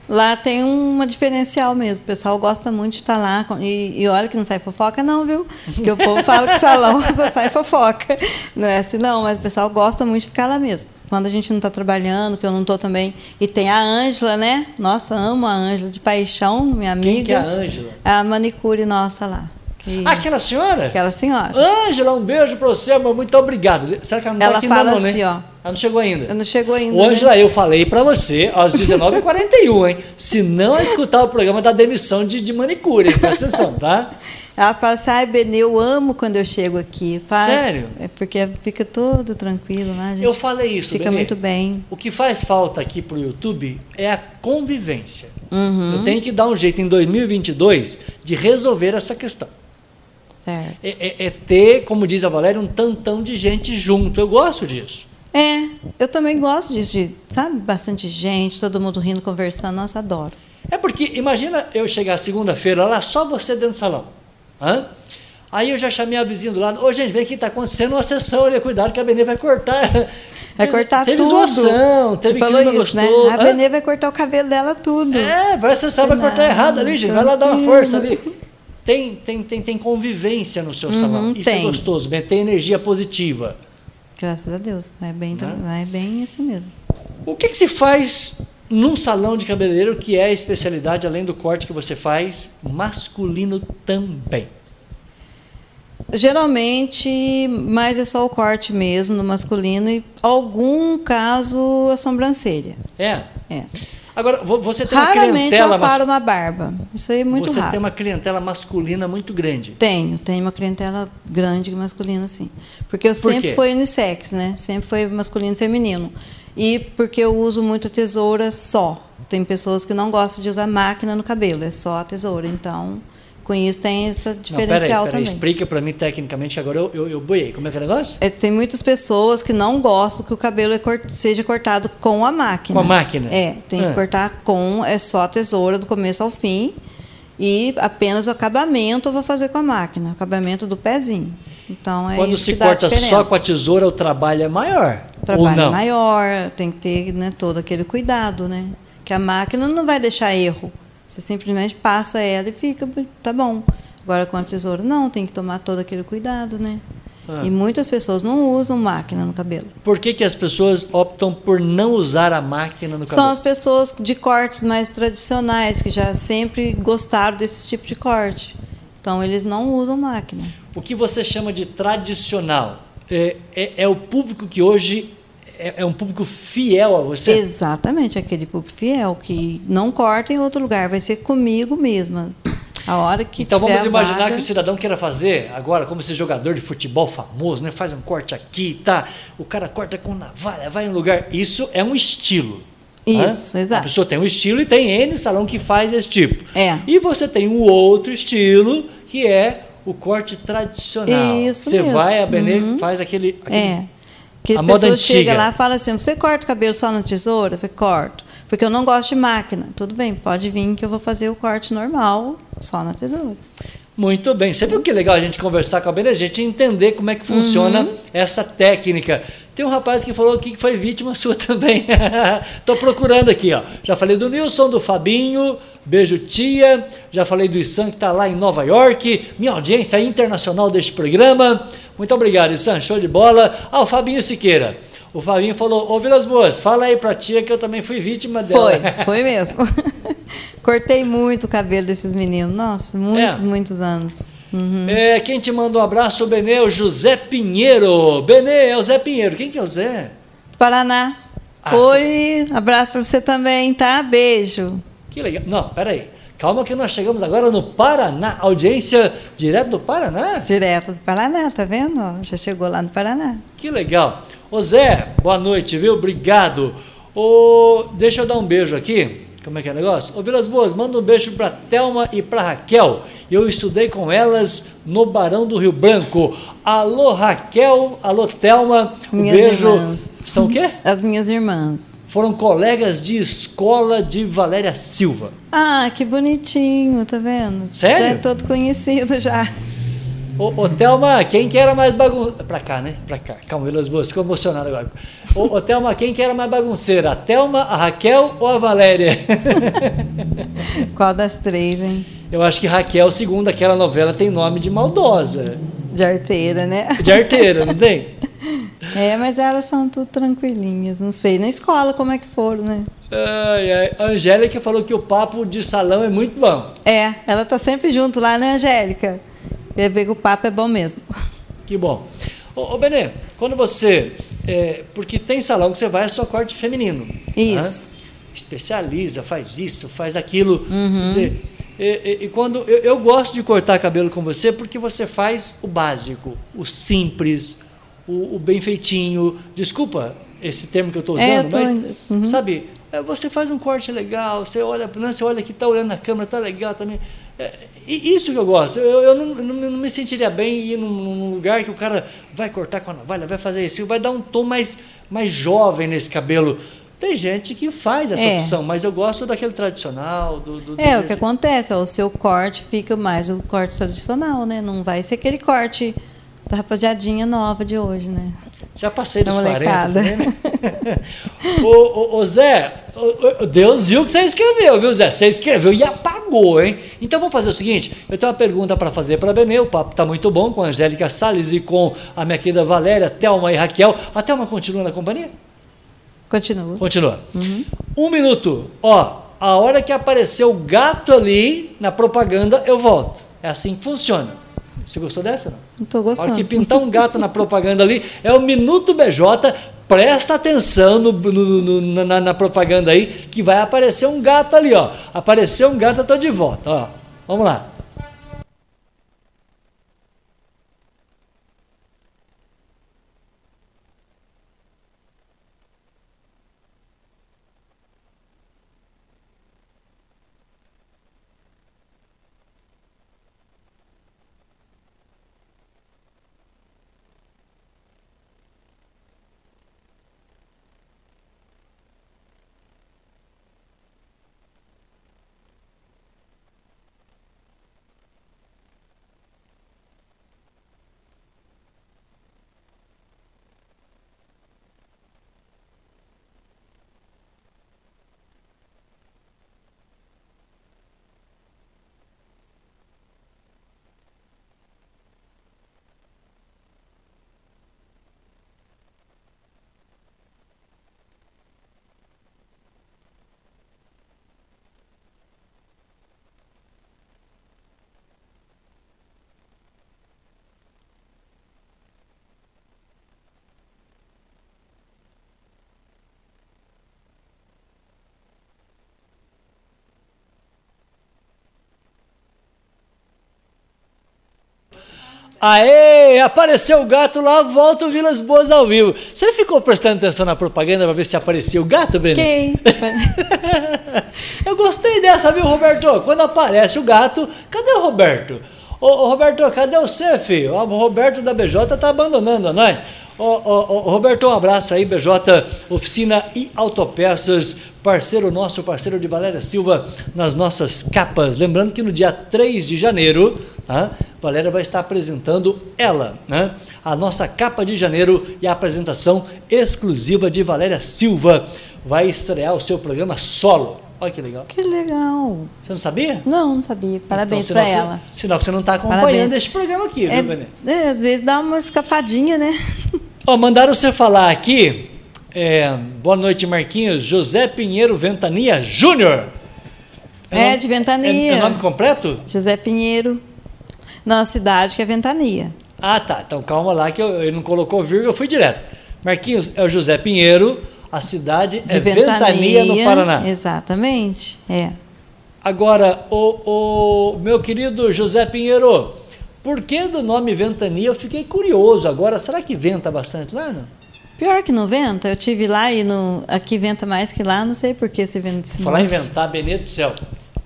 S2: Lá tem uma diferencial mesmo. O pessoal gosta muito de estar lá. com- E, e olha que não sai fofoca, não, viu? Porque o povo fala que salão só sai fofoca. Não é assim, não. Mas o pessoal gosta muito de ficar lá mesmo. Quando a gente não está trabalhando, que eu não estou também. E tem a Ângela, né? Nossa, amo a Ângela de paixão, minha amiga.
S1: Quem que é a Ângela?
S2: A manicure nossa lá. que-
S1: Ah, Aquela senhora?
S2: Aquela senhora.
S1: Ângela, um beijo pra você, amor. Muito obrigado. Será que ela não tá
S2: Ela
S1: aqui
S2: fala
S1: ainda, não,
S2: assim,
S1: né?
S2: ó.
S1: Ela não chegou ainda.
S2: Eu não chegou ainda.
S1: Ô, Ângela,
S2: né?
S1: eu falei pra você às 19h41, hein? Se não escutar o programa da demissão de, de manicure, hein? presta atenção, tá?
S2: Ela fala assim, ai, Benê, eu amo quando eu chego aqui. Fala-
S1: Sério?
S2: É porque fica todo tranquilo lá, gente.
S1: Eu falei isso,
S2: Fica
S1: Benê.
S2: muito bem.
S1: O que faz falta aqui pro YouTube é a convivência.
S2: Hum.
S1: Eu tenho que dar um jeito em 2022 de resolver essa questão.
S2: Certo.
S1: É, é- é ter, como diz a Valéria, um tantão de gente junto. Eu gosto disso.
S2: É, eu também gosto disso, de, sabe, bastante gente, todo mundo rindo, conversando. Nossa, adoro.
S1: É porque, imagina eu chegar segunda-feira lá, só você dentro do salão. Hã? Aí eu já chamei a vizinha do lado. Ô, gente, vem aqui, está acontecendo uma sessão ali. Cuidado que a Benê vai cortar.
S2: Vai cortar
S1: teve
S2: tudo.
S1: zoação, teve
S2: Você falou
S1: clima
S2: isso, né?
S1: gostoso.
S2: A
S1: Hã?
S2: Benê vai cortar o cabelo dela tudo.
S1: É, vai acessar, vai cortar
S2: Não,
S1: errado ali, gente. Vai lá dar uma
S2: tranquilo.
S1: força ali. Tem, tem, tem, tem convivência no seu salão. Isso é
S2: Uhum, tem.
S1: gostoso, Benê. Tem energia positiva.
S2: Graças a Deus, é bem, tra-
S1: Né?
S2: é bem assim mesmo.
S1: O que, que se faz num salão de cabeleireiro que é a especialidade, além do corte que você faz, masculino também?
S2: Geralmente, mas é só o corte mesmo, no masculino, e algum caso a sobrancelha.
S1: É.
S2: É.
S1: Agora, vo- você tem uma
S2: Raramente eu
S1: clientela
S2: aparo
S1: mas...
S2: uma barba. Isso aí é muito
S1: Você
S2: raro.
S1: tem uma clientela masculina muito grande.
S2: Tenho, tenho uma clientela grande masculina, sim. Porque eu
S1: Por
S2: sempre
S1: quê?
S2: fui unissex, né? Sempre foi masculino e feminino. E porque eu uso muito a tesoura só. Tem pessoas que não gostam de usar máquina no cabelo, é só a tesoura. Então, com isso tem essa
S1: Não, peraí, peraí,
S2: diferencial também.
S1: explica para mim tecnicamente que agora eu, eu, eu boiei. Como é que é o negócio?
S2: É, tem muitas pessoas que não gostam que o cabelo é cort- seja cortado com a máquina.
S1: Com a máquina?
S2: É, tem
S1: Ah.
S2: que cortar com, é só a tesoura do começo ao fim. E apenas o acabamento eu vou fazer com a máquina, o acabamento do pezinho. Então é
S1: Quando
S2: isso
S1: se
S2: que dá
S1: corta
S2: a diferença.
S1: só com a tesoura, o trabalho é maior.
S2: O
S1: ou
S2: trabalho é
S1: não?
S2: maior, tem que ter né, todo aquele cuidado, né? Que a máquina não vai deixar erro. Você simplesmente passa ela e fica, tá bom. Agora com a tesoura não, tem que tomar todo aquele cuidado, né?
S1: Ah.
S2: E muitas pessoas não usam máquina no cabelo.
S1: Por que, que as pessoas optam por não usar a máquina no
S2: São
S1: cabelo?
S2: as pessoas de cortes mais tradicionais, que já sempre gostaram desse tipo de corte. Então, eles não usam máquina.
S1: O que você chama de tradicional é, é- é o público que hoje é, é um público fiel a você?
S2: Exatamente, aquele público fiel, que não corta em outro lugar, vai ser comigo mesma. A hora que
S1: Então
S2: tiver
S1: vamos
S2: a
S1: imaginar
S2: vaga,
S1: que o cidadão queira fazer agora, como esse jogador de futebol famoso, né? Faz um corte aqui, tá? O cara corta com navalha, vai em um lugar. Isso é um estilo. né?
S2: Isso, exato.
S1: A pessoa tem um estilo e tem N salão que faz esse tipo.
S2: É.
S1: E você tem um outro estilo que é o corte tradicional.
S2: Isso
S1: você
S2: mesmo. Uhum.
S1: vai, a Benê faz aquele. aquele-
S2: É. Que
S1: A
S2: a,
S1: moda
S2: pessoa chega
S1: antiga.
S2: lá e fala assim: você corta o cabelo só na tesoura? Eu falei, corto. Porque eu não gosto de máquina. Tudo bem, pode vir que eu vou fazer o corte normal, só na tesoura.
S1: Muito bem. Você viu que legal a gente conversar com a Benê, a gente entender como é que funciona essa técnica. Tem um rapaz que falou aqui que foi vítima sua também. Estou procurando aqui, ó. Já falei do Nilson, do Fabinho, beijo tia. Já falei do Isan que está lá em Nova York, minha audiência internacional deste programa. Muito obrigado, Isan, show de bola. Ah, o Fabinho Siqueira. O Fabinho falou, ô Vilas Boas, fala aí pra tia que eu também fui vítima dela.
S2: Foi, foi mesmo. Cortei muito o cabelo desses meninos. Nossa, muitos,
S1: É.
S2: muitos anos. Uhum.
S1: É, quem te manda um abraço, o Benê, é o José Pinheiro. Benê, é o Zé Pinheiro. Quem que é o Zé?
S2: Paraná.
S1: Ah,
S2: Oi, abraço pra você também, tá? Beijo.
S1: Que legal. Não, peraí. Calma que nós chegamos agora no Paraná. Audiência direto do Paraná?
S2: Direto do Paraná, tá vendo? Ó, Já chegou lá no Paraná.
S1: Que legal. Ô Zé, boa noite, viu? Obrigado. Ô, deixa eu dar um beijo aqui. Como é que é o negócio? Ô Vilas Boas, manda um beijo pra Thelma e pra Raquel. Eu estudei com elas no Barão do Rio Branco. Alô Raquel, alô Thelma. Um
S2: Minhas
S1: beijo.
S2: irmãs.
S1: São o quê?
S2: As minhas irmãs.
S1: Foram colegas de escola de Valéria Silva.
S2: Ah, que bonitinho, tá vendo?
S1: Sério?
S2: Já é todo conhecido já.
S1: Ô, ô Thelma, quem que era mais bagunceira? Pra cá, né? Pra cá. Calma, Vilas Boas, ficou emocionado agora. Ô, ô Thelma, quem que era mais bagunceira? A Thelma, a Raquel ou a Valéria?
S2: Qual das três, hein?
S1: Eu acho que Raquel, segundo aquela novela, tem nome de maldosa.
S2: De arteira, né?
S1: De arteira, não tem?
S2: É, mas elas são tudo tranquilinhas. Não sei, na escola como é que foram, né?
S1: Ai, ai. A Angélica falou que o papo de salão é muito bom.
S2: É, ela tá sempre junto lá, né, Angélica? Quer ver que o papo é bom mesmo.
S1: Que bom. Ô, ô Benê, quando você. é, porque tem salão que você vai é só corte feminino.
S2: Isso.
S1: né? Especializa, faz isso, faz aquilo.
S2: Uhum.
S1: Quer dizer, e, e- e quando eu, eu gosto de cortar cabelo com você porque você faz o básico, o simples, o, o bem feitinho. Desculpa esse termo que eu estou
S2: É, eu
S1: usando,
S2: tô
S1: mas
S2: indo. Uhum.
S1: sabe? é, Você faz um corte legal, você olha, né, você olha que está olhando na câmera, está legal também. É, e isso que eu gosto. Eu, eu não, não- não me sentiria bem ir num, num lugar que o cara vai cortar com a navalha, vai fazer isso, vai dar um tom mais, mais jovem nesse cabelo. Tem gente que faz essa
S2: É.
S1: opção, mas eu gosto daquele tradicional. Do, do- do
S2: É, o
S1: jeito-
S2: que acontece, ó, o seu corte fica mais o corte tradicional, né? Não vai ser aquele corte da rapaziadinha nova de hoje, né?
S1: Já passei dos
S2: Da
S1: 40.
S2: molecada.
S1: também, né? ô, ô, ô, Zé, ô, ô, Deus viu que você escreveu, viu, Zé? Você escreveu e apagou, hein? Então vamos fazer o seguinte: eu tenho uma pergunta para fazer para a Benê. O papo está muito bom com a Angélica Salles e com a minha querida Valéria, Thelma e Raquel. A Thelma continua na companhia?
S2: Continua.
S1: Continua. Um minuto. Ó, a hora que aparecer o gato ali na propaganda, eu volto. É assim que funciona. Você gostou dessa? Não?
S2: Não tô
S1: A hora que
S2: gostando.
S1: pintar um gato na propaganda ali, é o Minuto BJ. Presta atenção no- no- no- na- na, na propaganda aí, que vai aparecer um gato ali, ó. Apareceu um gato, eu tô de volta, ó. Vamos lá. Aê, apareceu o gato lá, volta o Vilas Boas ao vivo. Você ficou prestando atenção na propaganda pra ver se aparecia o gato, Breno?
S2: Fiquei.
S1: Eu gostei dessa, viu, Roberto? Quando aparece o gato, cadê o Roberto? Ô, ô, Roberto, cadê você, filho? O Roberto da BJ tá abandonando a nós. Ô, ô, ô, Roberto, um abraço aí, BJ Oficina e Autopeças, parceiro nosso, parceiro de Valéria Silva, nas nossas capas. Lembrando que no dia 3 de janeiro, tá? Valéria vai estar apresentando ela, né? A nossa capa de janeiro e a apresentação exclusiva de Valéria Silva. Vai estrear o seu programa solo. Olha que legal.
S2: Que legal.
S1: Você não sabia?
S2: Não, não sabia. Parabéns
S1: então,
S2: pra
S1: sinal que
S2: ela.
S1: Você, sinal que você não está acompanhando
S2: Parabéns.
S1: esse programa aqui, viu, Valéria?
S2: É, é, às vezes dá uma escapadinha, né?
S1: Ó, mandaram você falar aqui. é, boa noite, Marquinhos. José Pinheiro Ventania Júnior.
S2: É,
S1: nome-
S2: de Ventania.
S1: É, é nome completo?
S2: José Pinheiro, na cidade que é Ventania.
S1: Ah, tá. Então calma lá que eu- ele não colocou vírgula, eu fui direto. Marquinhos, é o José Pinheiro. A cidade
S2: De
S1: é Ventania, no Paraná.
S2: Exatamente. É.
S1: Agora, o, o meu querido José Pinheiro, por que do nome Ventania? Eu fiquei curioso agora. Será que venta bastante lá? Não?
S2: Pior que não venta, eu tive lá e no, aqui venta mais que lá, não sei por que se venta. esse
S1: Falar em
S2: nome.
S1: ventar, Benedito do céu.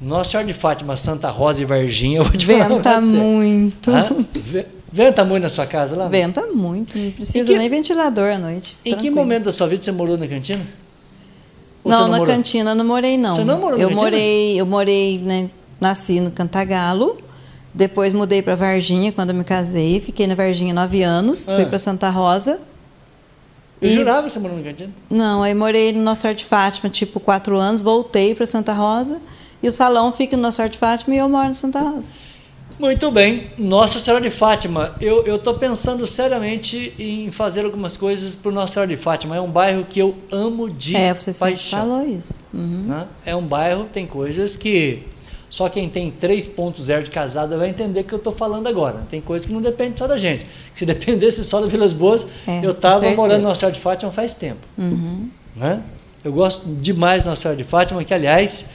S1: Nossa Senhora de Fátima, Santa Rosa e Varginha, eu vou te falar. um pra
S2: Venta
S1: você.
S2: muito.
S1: Hã? Ve- Venta muito na sua casa lá? não?
S2: Venta muito, não precisa
S1: Em que-
S2: nem ventilador à noite.
S1: Em que
S2: tranquilo.
S1: momento da sua vida você morou na cantina? Ou você
S2: Não, na
S1: morou?
S2: cantina eu não morei não.
S1: Você não morou na
S2: eu
S1: cantina?
S2: morei, eu morei, né, nasci no Cantagalo, depois mudei para Varginha quando eu me casei, fiquei na Varginha nove anos,
S1: Ah.
S2: fui para Santa Rosa.
S1: Eu
S2: E-
S1: jurava que você morou na cantina.
S2: Não, aí morei no Nossa Senhora de Fátima, tipo, quatro anos, voltei para Santa Rosa. E o salão fica no Nossa Senhora de Fátima e eu moro em Santa Rosa.
S1: Muito bem. Nossa Senhora de Fátima, eu eu tô pensando seriamente em fazer algumas coisas para Nossa Senhora de Fátima. É um bairro que eu amo de
S2: é, você sempre
S1: paixão.
S2: falou isso. Uhum.
S1: né? É um bairro, tem coisas que só quem tem 3.0 de casada vai entender o que eu estou falando agora. Tem coisas que não depende só da gente. Se dependesse só da Vilas Boas,
S2: É,
S1: eu
S2: com
S1: estava
S2: certeza.
S1: morando na Senhora de Fátima faz tempo.
S2: Uhum.
S1: né? Eu gosto demais da Nossa Senhora de Fátima, que aliás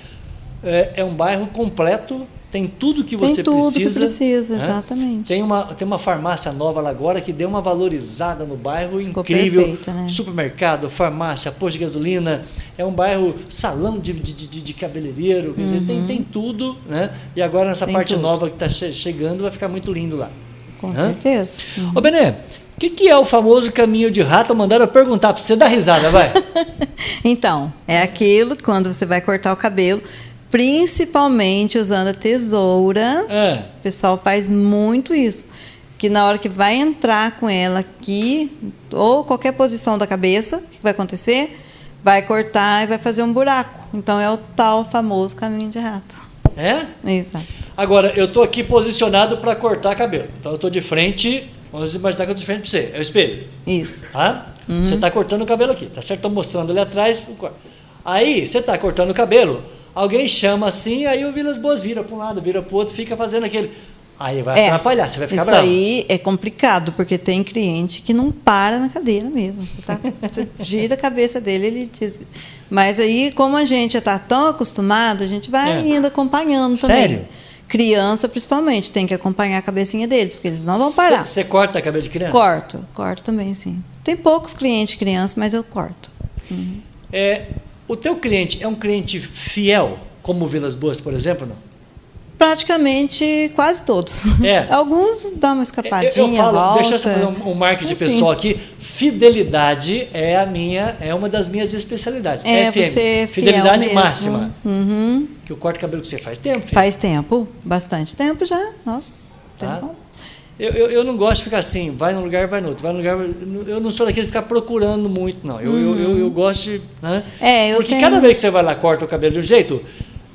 S1: é, é um bairro completo, tem tudo que você
S2: Tem tudo
S1: precisa.
S2: que precisa,
S1: né?
S2: exatamente.
S1: Tem uma, tem uma farmácia nova lá agora que deu uma valorizada no bairro
S2: Ficou
S1: incrível.
S2: perfeito, né?
S1: Supermercado, farmácia, posto de gasolina. É um bairro salão de, de, de, de cabeleireiro. Quer dizer, tem, tem tudo, né? E agora nessa
S2: Uhum. Tem
S1: parte
S2: tudo.
S1: nova que está chegando vai ficar muito lindo lá.
S2: Com
S1: Hã?
S2: certeza. Uhum.
S1: Ô Benê, o que, que é o famoso caminho de rato? Mandaram eu perguntar para você dar risada, vai.
S2: Então, é aquilo quando você vai cortar o cabelo, principalmente usando a tesoura.
S1: É.
S2: O pessoal faz muito isso. Que na hora que vai entrar com ela aqui, ou qualquer posição da cabeça, o que vai acontecer? Vai cortar e vai fazer um buraco. Então é o tal famoso caminho de rato.
S1: É?
S2: Exato.
S1: Agora, eu tô aqui posicionado para cortar cabelo. Então eu tô de frente. Vamos imaginar que eu tô de frente para você. É o espelho.
S2: Isso.
S1: Tá?
S2: Uhum.
S1: Você tá cortando o cabelo aqui, tá certo? Tô mostrando ali atrás. o corte. Aí, você tá cortando o cabelo, alguém chama assim, aí o Vilas Boas vira para um lado, vira pro outro, fica fazendo aquele. Aí vai
S2: É.
S1: atrapalhar, você tá vai ficar
S2: Isso
S1: bravo.
S2: aí é complicado, porque tem cliente que não para na cadeira mesmo. Você, tá- você gira a cabeça dele, ele diz. Mas aí, como a gente já está tão acostumado, a gente vai
S1: É.
S2: ainda acompanhando também.
S1: Sério?
S2: Criança, principalmente, tem que acompanhar a cabecinha deles, porque eles não vão parar.
S1: Você corta cabelo de criança?
S2: Corto, corto também, sim. Tem poucos clientes criança, mas eu corto. Uhum.
S1: É, o teu cliente é um cliente fiel, como o Vilas Boas, por exemplo, não?
S2: Praticamente quase todos.
S1: É.
S2: Alguns dão uma escapadinha,
S1: Eu, eu falo,
S2: Tá volta.
S1: deixa eu só fazer um, um marketing
S2: Enfim.
S1: pessoal aqui. Fidelidade é a minha, é uma das minhas especialidades.
S2: É,
S1: FM.
S2: você é fiel
S1: Fidelidade
S2: mesmo.
S1: máxima.
S2: Uhum.
S1: Que eu corto cabelo que você faz tempo. filho.
S2: Faz tempo, bastante tempo já. Nossa,
S1: Tá.
S2: tempo.
S1: Eu, eu, eu não gosto de ficar assim, vai num lugar, vai no outro, vai num lugar. vai- Eu não sou daquele de ficar procurando muito, não. Eu, eu, eu, eu gosto de. né?
S2: Uhum. É, eu
S1: Porque
S2: tenho-
S1: cada vez que você vai lá corta o cabelo de um jeito,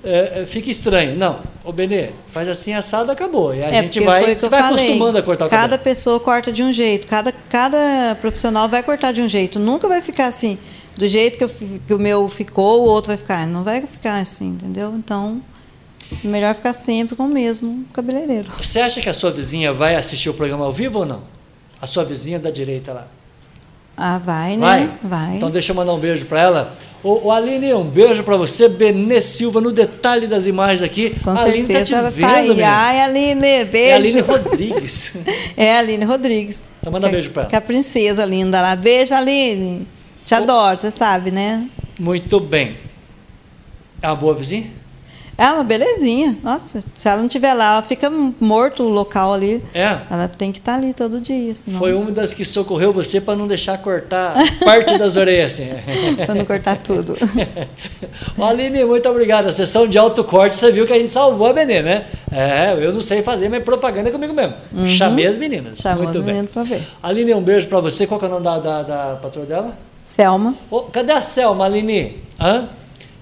S1: é, é, fica estranho. Não, ô Benê, faz assim assado, acabou. E a gente
S2: É, porque foi
S1: vai,
S2: o que
S1: você
S2: eu
S1: vai
S2: falei.
S1: acostumando a cortar o
S2: Cada
S1: cabelo.
S2: pessoa corta de um jeito, cada, cada profissional vai cortar de um jeito. Nunca vai ficar assim, do jeito que, eu fi- que o meu ficou, o outro vai ficar. Não vai ficar assim, entendeu? Então, melhor ficar sempre com o mesmo cabeleireiro.
S1: Você acha que a sua vizinha vai assistir o programa ao vivo ou não? A sua vizinha da direita lá.
S2: Ah, vai,
S1: Vai?
S2: né? Vai.
S1: Então deixa eu mandar um beijo pra ela. Ô, ô, Aline, um beijo pra você. Benê Silva, no detalhe das imagens aqui.
S2: com
S1: a Aline tá te
S2: certeza ela
S1: vendo,
S2: tá aí.
S1: menina.
S2: Ai, Aline, beijo.
S1: É a Aline Rodrigues.
S2: É, Aline Rodrigues.
S1: Então manda
S2: Que- é-
S1: beijo pra ela.
S2: Que a princesa linda lá. Beijo, Aline. Te adoro, você sabe, né?
S1: Muito bem. É uma boa vizinha?
S2: É uma belezinha. Nossa, se ela não estiver lá, ela fica morto o local ali.
S1: É.
S2: Ela tem que estar ali todo dia, senão
S1: Foi uma das que socorreu você pra não deixar cortar parte das orelhas assim.
S2: pra não cortar tudo.
S1: Ô, Aline, muito obrigado. A sessão de autocorte, você viu que a gente salvou a Benê, né? É, eu não sei fazer, mas propaganda é comigo mesmo. Chamei as meninas.
S2: Chamou
S1: Muito
S2: os
S1: bem.
S2: meninos pra ver.
S1: Aline, um beijo pra você. Qual que é o nome da, da, da patroa dela?
S2: Selma.
S1: Ô, cadê a Selma, Aline? Hã?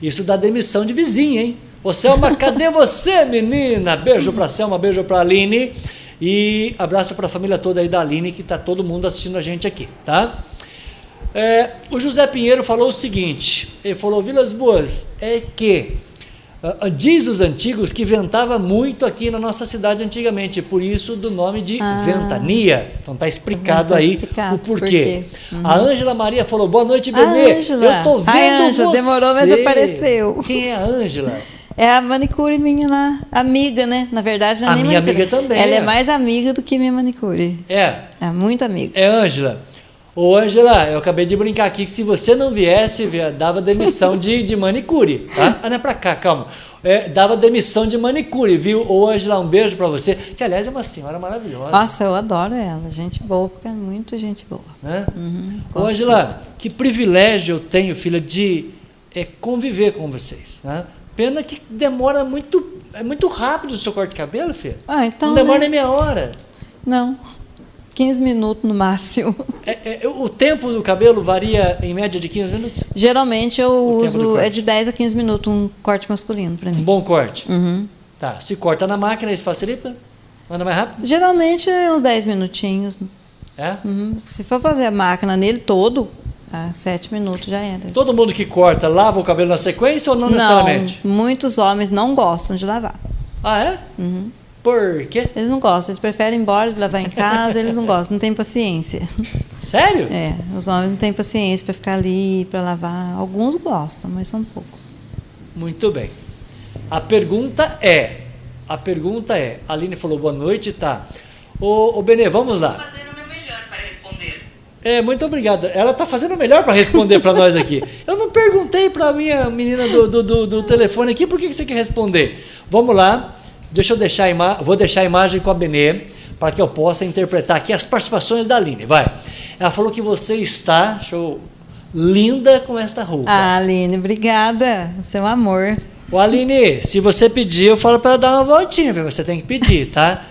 S1: Isso dá demissão de vizinha, hein? Ô, Selma, cadê você, menina? Beijo pra Selma, beijo pra Aline. E abraço pra família toda aí da Aline, que tá todo mundo assistindo a gente aqui, tá? É, o José Pinheiro falou o seguinte: ele falou, Vilas Boas, é que ah, diz os antigos que ventava muito aqui na nossa cidade antigamente, por isso do nome de ventania. Então tá explicado
S2: Ah. Tá
S1: aí
S2: explicado
S1: o
S2: por
S1: porquê.
S2: quê. Uhum.
S1: A Ângela Maria falou: boa noite, Benê.
S2: Ah, Ângela.
S1: Eu tô vendo
S2: Ai, Ângela,
S1: você.
S2: demorou, mas apareceu.
S1: Quem é a Ângela?
S2: É a manicure minha lá, amiga, né? Na verdade, não é
S1: A
S2: nem
S1: minha
S2: manicure.
S1: amiga também.
S2: Ela é mais amiga do que minha manicure.
S1: É,
S2: É muito amiga.
S1: é Ângela. Ô, Ângela, eu acabei de brincar aqui que se você não viesse, via- dava demissão de, de manicure, tá? Ah, não é pra cá, calma. É, dava demissão de manicure, viu? Ô, Ângela, um beijo pra você, que aliás é uma senhora maravilhosa.
S2: Nossa, eu adoro ela. Gente boa, porque é muito gente boa. Uhum,
S1: né? Ô,
S2: gosto
S1: Angela, que privilégio eu tenho, filha, de é, conviver com vocês. Né? Pena que demora muito, é muito rápido o seu corte de cabelo, filha.
S2: Ah, então.
S1: não demora
S2: né?
S1: nem meia hora.
S2: Não. 15 minutos no máximo.
S1: É, é, o tempo do cabelo varia em média de 15 minutos?
S2: Geralmente eu
S1: tempo do
S2: uso.
S1: corte.
S2: É de 10 a 15 minutos um corte masculino pra
S1: Um
S2: mim.
S1: bom corte.
S2: Uhum.
S1: Tá, se corta na máquina, isso facilita? Manda mais rápido?
S2: Geralmente é uns 10 minutinhos.
S1: É?
S2: Uhum. Se for fazer a máquina nele todo, ah, 7 minutos já era.
S1: Todo mundo que corta lava o cabelo na sequência ou não, necessariamente?
S2: muitos homens não gostam de lavar.
S1: Ah, é? Por quê?
S2: Eles não gostam, eles preferem ir embora de lavar em casa, eles não gostam, não têm paciência.
S1: Sério?
S2: É, os homens não têm paciência para ficar ali, para lavar. Alguns gostam, mas são poucos.
S1: Muito bem. A pergunta é, a pergunta é, a Aline falou boa noite, tá? Ô, ô Benê, vamos lá.
S3: fazer o meu melhor para responder.
S1: É, muito obrigado. Ela tá fazendo o melhor para responder para nós aqui. Eu não perguntei para minha menina do, do, do- do telefone aqui, por que, que você quer responder? Vamos lá, deixa eu deixar a imagem, vou deixar a imagem com a Benê, para que eu possa interpretar aqui as participações da Aline, vai. Ela falou que você está, show, linda com esta roupa.
S2: Ah, Aline, obrigada. Você é um amor.
S1: Ô Aline, se você pedir, eu falo pra ela dar uma voltinha, viu? Você tem que pedir, tá?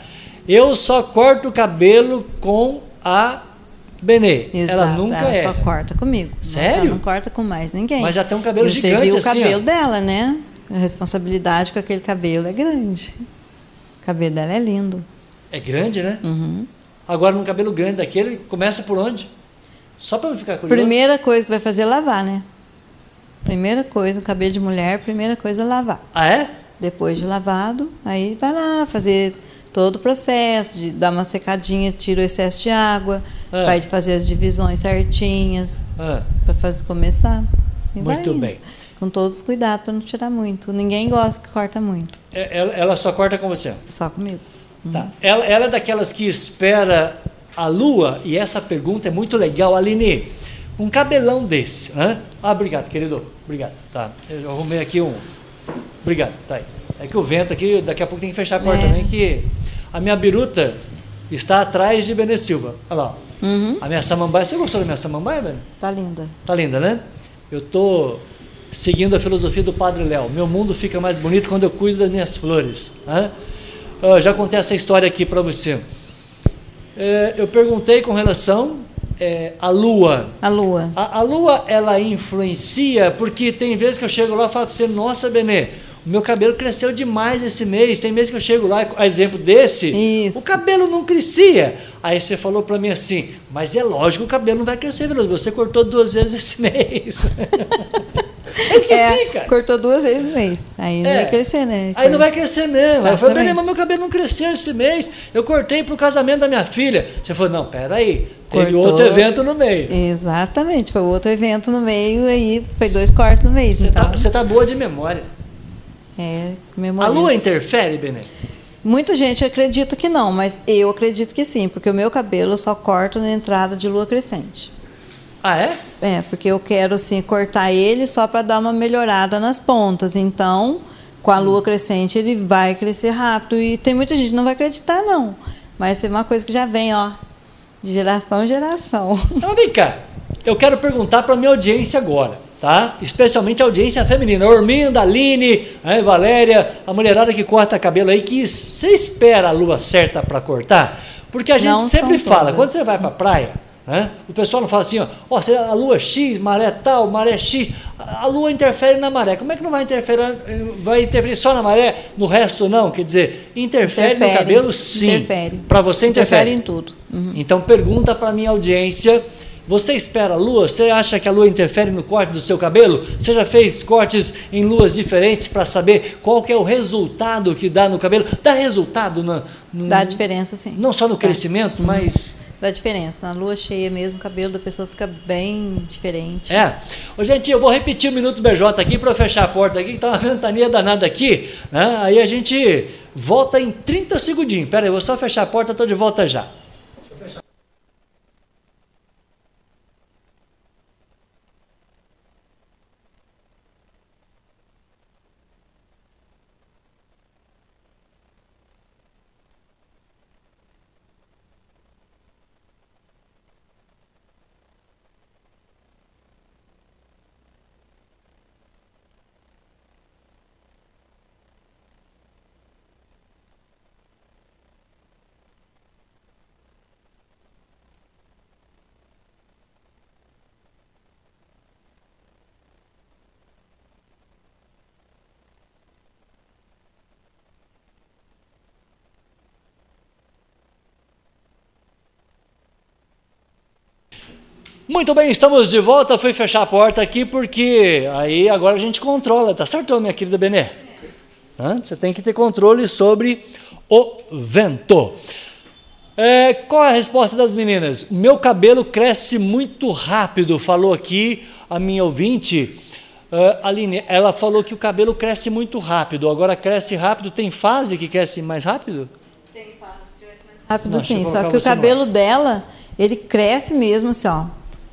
S1: Eu só corto o cabelo com a Benê. ela nunca
S2: ela
S1: é.
S2: só corta comigo.
S1: Sério?
S2: Ela não corta com mais ninguém.
S1: Mas já tem um cabelo
S2: E Você
S1: gigante
S2: viu
S1: assim,
S2: o cabelo
S1: ó.
S2: dela, né? A responsabilidade com aquele cabelo é grande. O cabelo dela é lindo.
S1: É grande, né?
S2: Uhum.
S1: Agora, num cabelo grande daquele, começa por onde? Só pra eu ficar curioso.
S2: Primeira coisa que vai fazer é lavar, né? Primeira coisa, o cabelo de mulher, primeira coisa é lavar.
S1: Ah, é?
S2: Depois de lavado, aí vai lá fazer todo o processo, de dar uma secadinha, tira o excesso de água,
S1: Ah.
S2: vai fazer as divisões certinhas
S1: Ah,
S2: para fazer começar. Assim vai
S1: Muito
S2: indo.
S1: bem.
S2: Com todos os cuidados para não tirar muito. Ninguém gosta que corta muito.
S1: é- ela, ela só corta com você.
S2: Só comigo.
S1: Tá. Ela, ela é daquelas que espera a lua, e essa pergunta é muito legal, Aline. Um cabelão desse, hã? Ah, obrigado, querido. Obrigado. Tá. Eu arrumei aqui um. Obrigado, tá aí. É que o vento aqui, daqui a pouco tem que fechar a porta
S2: É.
S1: também, que a minha biruta está atrás de Benê Silva. Olha lá. ó.
S2: Uhum.
S1: A minha samambaia. Você gostou da minha samambaia, Benê?
S2: Tá linda.
S1: Tá linda, né? Eu tô seguindo a filosofia do Padre Léo. Meu mundo fica mais bonito quando eu cuido das minhas flores. né? Ah, já contei essa história aqui para você. É, eu perguntei com relação é, à lua.
S2: A lua.
S1: A, a lua, ela influencia, porque tem vezes que eu chego lá e falo para você, nossa, Benê, o meu cabelo cresceu demais esse mês. Tem mês que eu chego lá, a exemplo desse,
S2: Isso.
S1: o cabelo não crescia. Aí você falou para mim assim, mas é lógico que o cabelo não vai crescer, Veloso, você cortou duas vezes esse mês. eu esqueci,
S2: É,
S1: cara.
S2: Cortou duas vezes no mês. Aí não
S1: É.
S2: vai crescer, né?
S1: Aí não vai crescer mesmo. Aí eu falei,
S2: Exatamente.
S1: Benê, mas meu cabelo não cresceu esse mês. Eu cortei pro casamento da minha filha. Você falou, não, peraí, teve
S2: Cortou.
S1: outro evento no meio.
S2: Exatamente, foi outro evento no meio aí, foi dois cortes no mês.
S1: Você
S2: então,
S1: tá, você tá boa de memória.
S2: é,
S1: A
S2: memoriza.
S1: lua interfere, Benê?
S2: Muita gente acredita que não, mas eu acredito que sim, porque o meu cabelo eu só corto na entrada de lua crescente.
S1: Ah, é?
S2: É, porque eu quero assim cortar ele só para dar uma melhorada nas pontas. Então, com a lua crescente ele vai crescer rápido e tem muita gente que não vai acreditar não, mas é uma coisa que já vem, ó, de geração em geração.
S1: Então vem cá. Eu quero perguntar para minha audiência agora. tá? Especialmente a audiência feminina. Orminda, Aline, aí, Valéria, a mulherada que corta cabelo aí, que você espera a lua certa para cortar? Porque a gente
S2: Não são
S1: sempre fala,
S2: todas.
S1: quando você vai para praia, né? O pessoal não fala assim, ó, ó, se a lua é X, maré tal, maré X, a a lua interfere na maré. Como é que não vai interferir, vai interferir só na maré, no resto não? Quer dizer, interfere, no
S2: Interfere,
S1: cabelo sim.
S2: interfere.
S1: Para você interfere.
S2: em tudo. Uhum.
S1: Então pergunta para minha audiência, você espera a lua? Você acha que a lua interfere no corte do seu cabelo? Você já fez cortes em luas diferentes para saber qual que é o resultado que dá no cabelo? Dá resultado na, no-
S2: Dá diferença, sim.
S1: Hum. não só no crescimento, mas
S2: Dá diferença. Na lua cheia mesmo, o cabelo da pessoa fica bem diferente.
S1: É. Ô, gente, eu vou repetir o Minuto BJ aqui para fechar a porta aqui, que tá uma ventania danada aqui. né? Aí a gente volta em 30 segundinhos. Pera aí, eu vou só fechar a porta, tô de volta já. Muito bem, estamos de volta. Eu Fui fechar a porta aqui porque aí agora a gente controla, tá certo, minha querida Benê? Hã? Você tem que ter controle sobre o vento. É, qual é a resposta das meninas? Meu cabelo cresce muito rápido, falou aqui a minha ouvinte. Ah, Aline, ela falou que o cabelo cresce muito rápido. Agora cresce rápido, tem fase que cresce mais rápido?
S2: Rápido
S1: Não, deixa
S2: sim,
S1: eu
S2: só
S1: colocar
S2: que o
S1: você no
S2: cabelo dela, ele cresce mesmo assim, ó.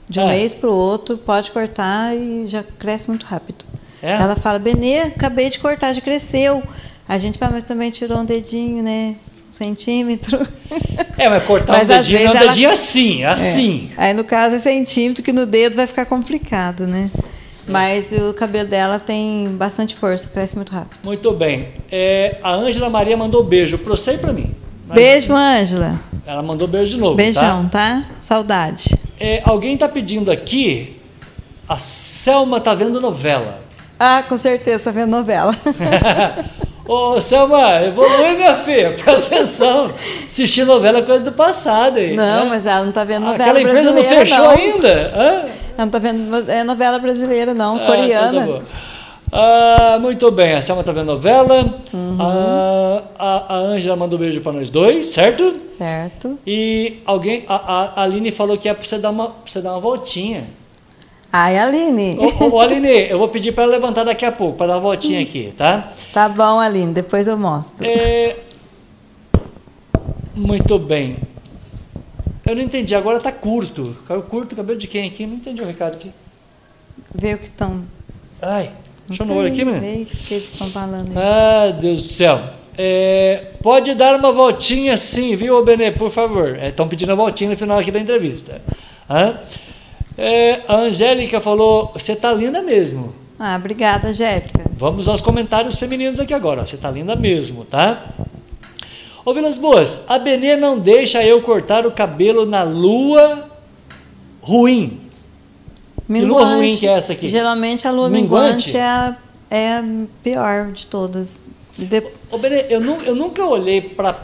S2: De um
S1: É.
S2: mês pro outro, pode cortar e já cresce muito rápido.
S1: É?
S2: Ela fala, Benê, acabei de cortar, já cresceu. A gente fala, mas também tirou um dedinho, né? Um centímetro.
S1: É, mas cortar
S2: Mas
S1: um
S2: às
S1: dedinho, é um
S2: vezes ela-
S1: dedinho assim, assim.
S2: É. Aí no caso é centímetro, que no dedo vai ficar complicado, né?
S1: É.
S2: Mas o cabelo dela tem bastante força, cresce muito rápido.
S1: Muito bem. É, a Ângela Maria mandou beijo pra você e pra mim. Mas
S2: Beijo, Ângela.
S1: Ela mandou beijo de novo.
S2: Beijão,
S1: Tá?
S2: tá? Saudade.
S1: É, alguém tá pedindo aqui. A Selma tá vendo novela.
S2: Ah, com certeza, tá vendo novela.
S1: Ô, Selma, evolui, minha filha. Presta atenção. Assistir novela é coisa do passado. Aí,
S2: Não,
S1: né?
S2: mas ela não tá vendo novela
S1: Aquela empresa
S2: brasileira.
S1: não fechou
S2: não.
S1: ainda? Hã?
S2: Ela não tá vendo mas é novela brasileira, não,
S1: Ah,
S2: coreana.
S1: então tá bom. Ah, muito bem, a Selma tá vendo novela.
S2: Uhum.
S1: Ah, a a Ângela mandou beijo pra nós dois, certo?
S2: certo.
S1: E alguém, a, a- a Aline falou que é pra você dar uma, pra você dar uma voltinha.
S2: Ai, Aline.
S1: Ô, ô, Aline, eu vou pedir pra ela levantar daqui a pouco, pra dar uma voltinha aqui, tá?
S2: Tá bom, Aline, depois eu mostro.
S1: É, Muito bem. Eu não entendi, agora tá curto. Caiu curto o cabelo de quem aqui? Não entendi o recado aqui.
S2: Vê o que estão.
S1: Ai, deixa eu no olho aqui, menino.
S2: Vê o que eles estão falando. aí.
S1: Ah, Deus do céu. É, pode dar uma voltinha sim, viu, ô Benê, por favor. Estão pedindo a voltinha no final aqui da entrevista. Hã? É, a Angélica falou, você tá linda mesmo.
S2: Ah, obrigada, Jéssica.
S1: Vamos aos comentários femininos aqui agora. Você tá linda mesmo, tá? Ô, Vilas Boas, a Benê não deixa eu cortar o cabelo na lua ruim. Que lua ruim que é essa aqui?
S2: Geralmente a lua
S1: Minguante?
S2: minguante, é, a, é a pior de todas. E de-
S1: Ô, Benê, eu, nu- eu nunca olhei pra,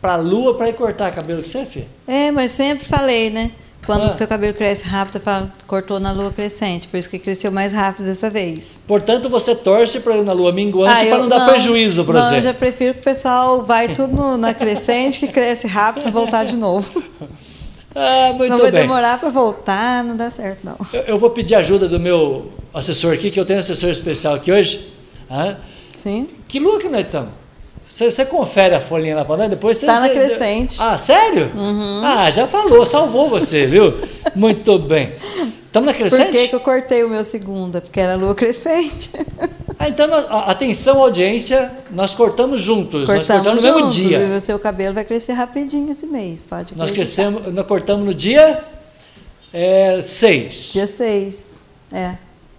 S1: pra lua pra ir cortar cabelo que você, filha.
S2: É, mas sempre falei, né? Quando
S1: Ah.
S2: o seu cabelo cresce rápido, eu falo, cortou na lua crescente, por isso que cresceu mais rápido dessa vez.
S1: Portanto, você torce para ir na lua minguante
S2: Ah,
S1: para
S2: eu-
S1: não dar prejuízo para
S2: não,
S1: você.
S2: Eu já prefiro que o pessoal vai tudo no- na crescente, que cresce rápido e voltar de novo.
S1: Ah,
S2: não
S1: muito
S2: vai
S1: bem.
S2: demorar para voltar, não dá certo, não.
S1: Eu, eu vou pedir ajuda do meu assessor aqui, que eu tenho um assessor especial aqui hoje. Hã?
S2: Sim?
S1: Que lua que nós estamos? Você você confere a folhinha lá para nós, depois você...
S2: Tá na
S1: você-
S2: crescente. Uhum.
S1: Ah, sério? Ah, já falou, salvou você, viu? muito bem. Estamos na
S2: Por que,
S1: crescente?
S2: que eu cortei o meu segunda? Porque era lua crescente.
S1: Ah, então, a- atenção audiência, nós cortamos juntos, nós cortamos no mesmo
S2: juntos,
S1: dia.
S2: E o seu cabelo vai crescer rapidinho esse mês, pode
S1: Nós,
S2: acreditar.
S1: crescemos, é, nós cortamos no dia 6.
S2: Dia 6. É.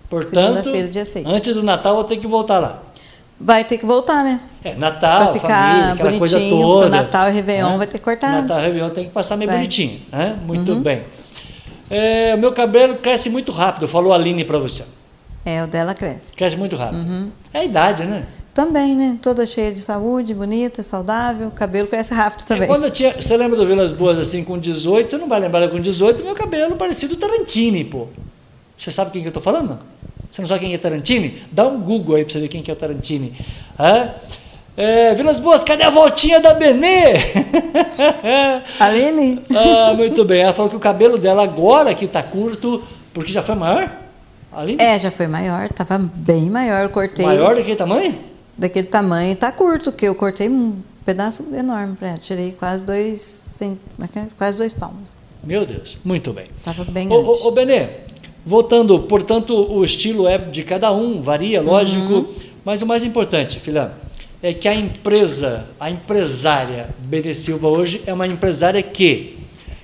S1: Portanto,
S2: Segunda-feira, dia 6.
S1: antes do Natal eu tenho que voltar lá.
S2: Vai ter que voltar, né?
S1: É, Natal,
S2: Pra ficar
S1: família, aquela coisa
S2: bonitinho pro
S1: toda. Né?
S2: Natal e Réveillon, vai ter que cortar
S1: Natal e
S2: antes.
S1: Réveillon tem que passar meio
S2: Vai. Uhum.
S1: bonitinho. Né? Muito bem. É, o meu cabelo cresce muito rápido, falou a Aline para você.
S2: É, o dela cresce.
S1: Cresce muito rápido.
S2: Uhum.
S1: É a idade, né?
S2: Também, né? Toda cheia de saúde, bonita, saudável. O cabelo cresce rápido
S1: É,
S2: também.
S1: Quando eu tinha, você lembra do Vilas Boas assim com 18? Você não vai lembrar com 18, meu cabelo parecido Tarantini, pô. Você sabe quem que eu tô falando? Você não sabe quem é Tarantini? Dá um Google aí pra você ver quem que é Tarantini. Hã? É, Vilas Boas, cadê a voltinha da Benê?
S2: Aline?
S1: ah, muito bem. Ela falou que o cabelo dela agora que tá curto, porque já foi maior? Ali?
S2: É, já foi maior, tava bem maior. Eu cortei
S1: Maior daquele tamanho?
S2: daquele tamanho. Tá curto, que eu cortei um pedaço enorme pra ela. Tirei quase dois, cent... como é que é? quase dois palmos.
S1: Meu Deus, muito bem.
S2: Tava bem
S1: Ô,
S2: grande.
S1: ô, ô Benê, voltando, portanto, o estilo é de cada um, varia, lógico, mas o mais importante, filha, é que a empresa, a empresária Benê Silva hoje é uma empresária que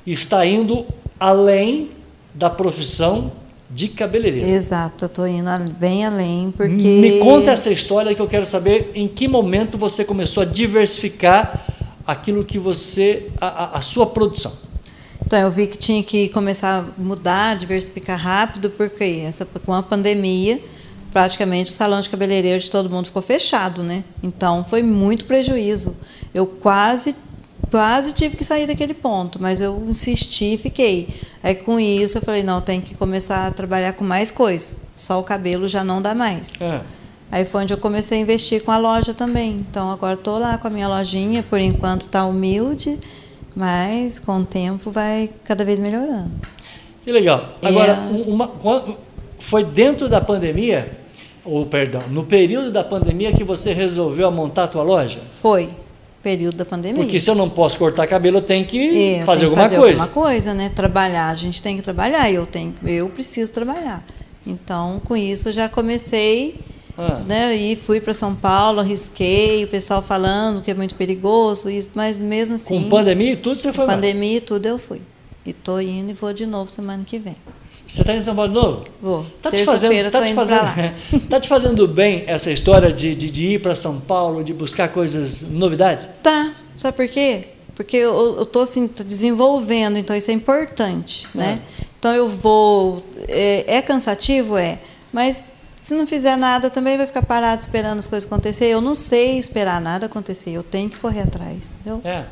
S1: está indo além da profissão de cabeleireiro.
S2: Exato, eu tô indo a- bem além, porque...
S1: Me conta essa história que eu quero saber em que momento você começou a diversificar aquilo que você, a- a- a sua produção.
S2: Então, eu vi que tinha que começar a mudar, diversificar rápido, porque essa, com a pandemia, praticamente o salão de cabeleireiro de todo mundo ficou fechado, né? Então, foi muito prejuízo. Eu quase, quase tive que sair daquele ponto, mas eu insisti e fiquei. Aí, com isso, eu falei, não, tem que começar a trabalhar com mais coisas. Só o cabelo já não dá mais.
S1: Ah,
S2: Aí foi onde eu comecei a investir com a loja também. Então agora estou lá com a minha lojinha, por enquanto está humilde, mas com o tempo vai cada vez melhorando.
S1: Que legal. Agora,
S2: É.
S1: um- uma- quan- foi dentro da pandemia, ou perdão, no período da pandemia que você resolveu montar a tua loja?
S2: Foi período da pandemia.
S1: Porque se eu não posso cortar cabelo, eu tenho que
S2: É, eu
S1: fazer
S2: tenho que
S1: alguma coisa.
S2: alguma coisa, né? Trabalhar, a gente tem que trabalhar, eu tenho, eu preciso trabalhar. Então, com isso eu já comecei,
S1: Ah.
S2: né? E fui para São Paulo, arrisquei, o pessoal falando que é muito perigoso, isso, mas mesmo assim,
S1: Com pandemia e tudo, você foi lá.
S2: pandemia e tudo eu fui. E tô indo e vou de novo semana que vem.
S1: Você está em São Paulo de novo?
S2: Vou.
S1: Tá te fazendo,
S2: Terça-feira
S1: tá
S2: tô
S1: te
S2: indo pra
S1: fazendo,
S2: lá.
S1: tá te fazendo bem essa história de, de, de ir para São Paulo, de buscar coisas, novidades?
S2: Tá. Sabe por quê? Porque eu, eu tô assim, tô desenvolvendo, então isso é importante, né?
S1: É.
S2: Então eu vou. É, é cansativo? É. Mas se não fizer nada também vai ficar parado esperando as coisas acontecer. Eu não sei esperar nada acontecer, eu tenho que correr atrás. Eu
S1: É.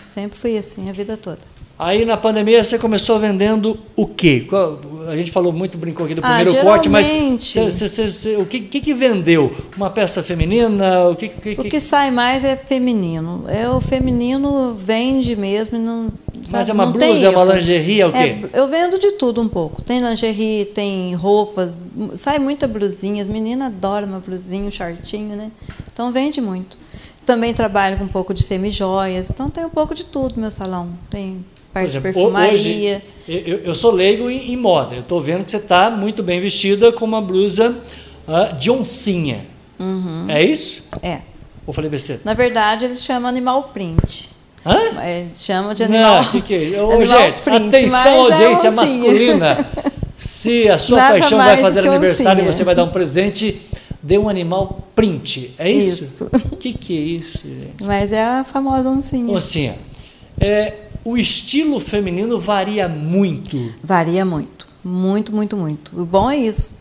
S2: sempre fui assim a vida toda.
S1: Aí na pandemia você começou vendendo o quê? Qual- A gente falou muito, brincou aqui do
S2: Ah,
S1: primeiro corte, mas
S2: geralmente-
S1: cê- cê- cê- cê- o que, que que vendeu? Uma peça feminina? O que que,
S2: O
S1: que-
S2: que sai mais é feminino. É o feminino vende mesmo, e não.
S1: Mas
S2: sabe,
S1: é uma
S2: não tem
S1: blusa, é uma
S2: erro.
S1: lingerie, é o
S2: É,
S1: quê?
S2: eu vendo de tudo um pouco. Tem lingerie, tem roupa, m- sai muita blusinha. As meninas adoram uma blusinha, um shortinho, né? Então vende muito. Também trabalho com um pouco de semijoias. Então tem um pouco de tudo no meu salão. Tem
S1: Por
S2: parte de
S1: exemplo, ho-
S2: perfumaria.
S1: hoje, eu, eu- eu sou leigo em, em moda. Eu estou vendo que você está muito bem vestida com uma blusa ah, de oncinha. É isso?
S2: É.
S1: Ou falei besteira?
S2: Na verdade, eles chamam animal print.
S1: Hã?
S2: É, chamam de animal.
S1: Não, que que é? Ô,
S2: animal
S1: gente,
S2: print, mas é
S1: atenção, audiência
S2: oncinha.
S1: masculina. Se a sua
S2: Nada
S1: paixão vai
S2: mais
S1: fazer
S2: que
S1: aniversário e
S2: oncinha.
S1: você vai dar um presente, dê um animal print. É isso?
S2: Isso.
S1: O que, que é isso, gente?
S2: Mas é a famosa oncinha.
S1: Oncinha, é, o estilo feminino varia muito.
S2: Varia muito, muito, muito, muito. O bom é isso.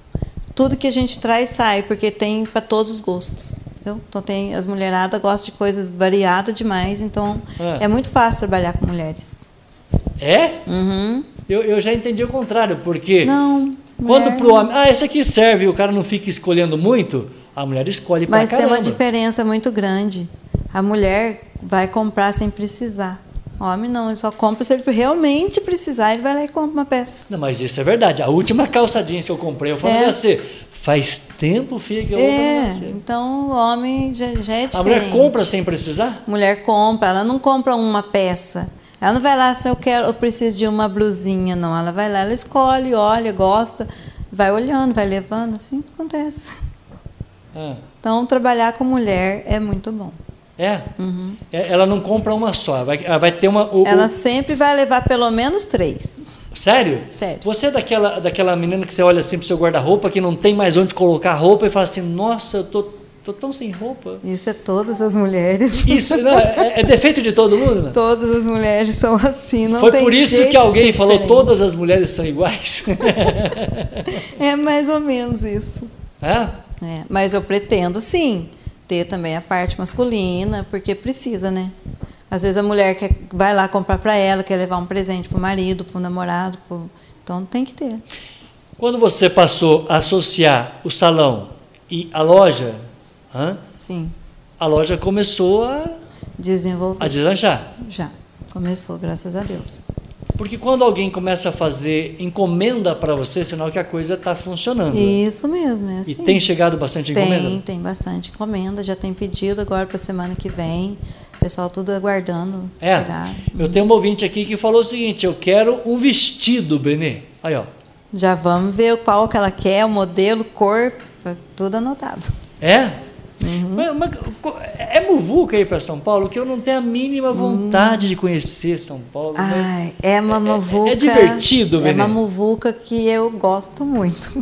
S2: Tudo que a gente traz sai, porque tem para todos os gostos. Entendeu? Então tem as mulheradas gostam de coisas variadas demais, então
S1: Ah.
S2: é. muito fácil trabalhar com mulheres.
S1: É?
S2: Uhum.
S1: Eu, eu já entendi o contrário, porque
S2: Não. é.
S1: quando
S2: mulher
S1: pro homem, ah, esse aqui serve, e o cara não fica escolhendo muito, a mulher escolhe pra
S2: Mas tem
S1: caramba.
S2: uma diferença muito grande. A mulher vai comprar sem precisar. O homem não, ele só compra se ele realmente precisar, ele vai lá e compra uma peça.
S1: Não, mas isso é verdade. A última calça jeans que eu comprei, eu falei
S2: É.
S1: pra você, faz tempo, filha, que eu vou
S2: É,
S1: pra você.
S2: então o homem já, já é diferente.
S1: A mulher compra sem precisar?
S2: Mulher compra, ela não compra uma peça. Ela não vai lá se eu quero, eu preciso de uma blusinha, não. Ela vai lá, ela escolhe, olha, gosta, vai olhando, vai levando, assim que acontece.
S1: Ah,
S2: Então trabalhar com mulher é muito bom.
S1: é?
S2: Uhum.
S1: É, Ela não compra uma só, vai, ela vai ter uma. o- o-
S2: Ela sempre vai levar pelo menos três.
S1: Sério?
S2: Sério.
S1: Você é daquela, daquela menina que você olha assim pro seu guarda-roupa, que não tem mais onde colocar roupa e fala assim, nossa, eu tô, tô tão sem roupa.
S2: Isso é todas as mulheres.
S1: Isso não, é, é defeito de todo mundo? né?
S2: Todas as mulheres são assim, não
S1: Foi
S2: tem
S1: por isso
S2: jeito
S1: que alguém
S2: de ser
S1: falou
S2: diferente.
S1: todas as mulheres são iguais?
S2: É mais ou menos isso.
S1: é?
S2: É, mas eu pretendo sim ter também a parte masculina, porque precisa, né? Às vezes a mulher quer, vai lá comprar para ela, quer levar um presente pro marido, pro namorado, pro... então tem que ter.
S1: Quando você passou a associar o salão e a loja, hã?
S2: Sim,
S1: a loja começou a, a
S2: desenvolver.
S1: deslanchar.
S2: Já começou, graças a Deus.
S1: Porque quando alguém começa a fazer encomenda para você, é sinal que a coisa está funcionando. né?
S2: Isso mesmo, é
S1: E
S2: assim.
S1: tem chegado bastante encomenda?
S2: Tem, tem bastante encomenda, já tem pedido agora para semana que vem. O pessoal tudo aguardando
S1: É.
S2: chegar.
S1: Eu tenho um ouvinte aqui que falou o seguinte: eu quero um vestido, Benê. Aí, ó.
S2: Já vamos ver qual que ela quer, o modelo, cor, tá tudo anotado.
S1: É?
S2: Uhum.
S1: Mas- mas co- é muvuca aí para São Paulo que eu não tenho a mínima vontade
S2: Hum.
S1: de conhecer São Paulo. mas-
S2: Ai, é uma muvuca.
S1: é divertido,
S2: É uma
S1: menino.
S2: muvuca que eu gosto muito.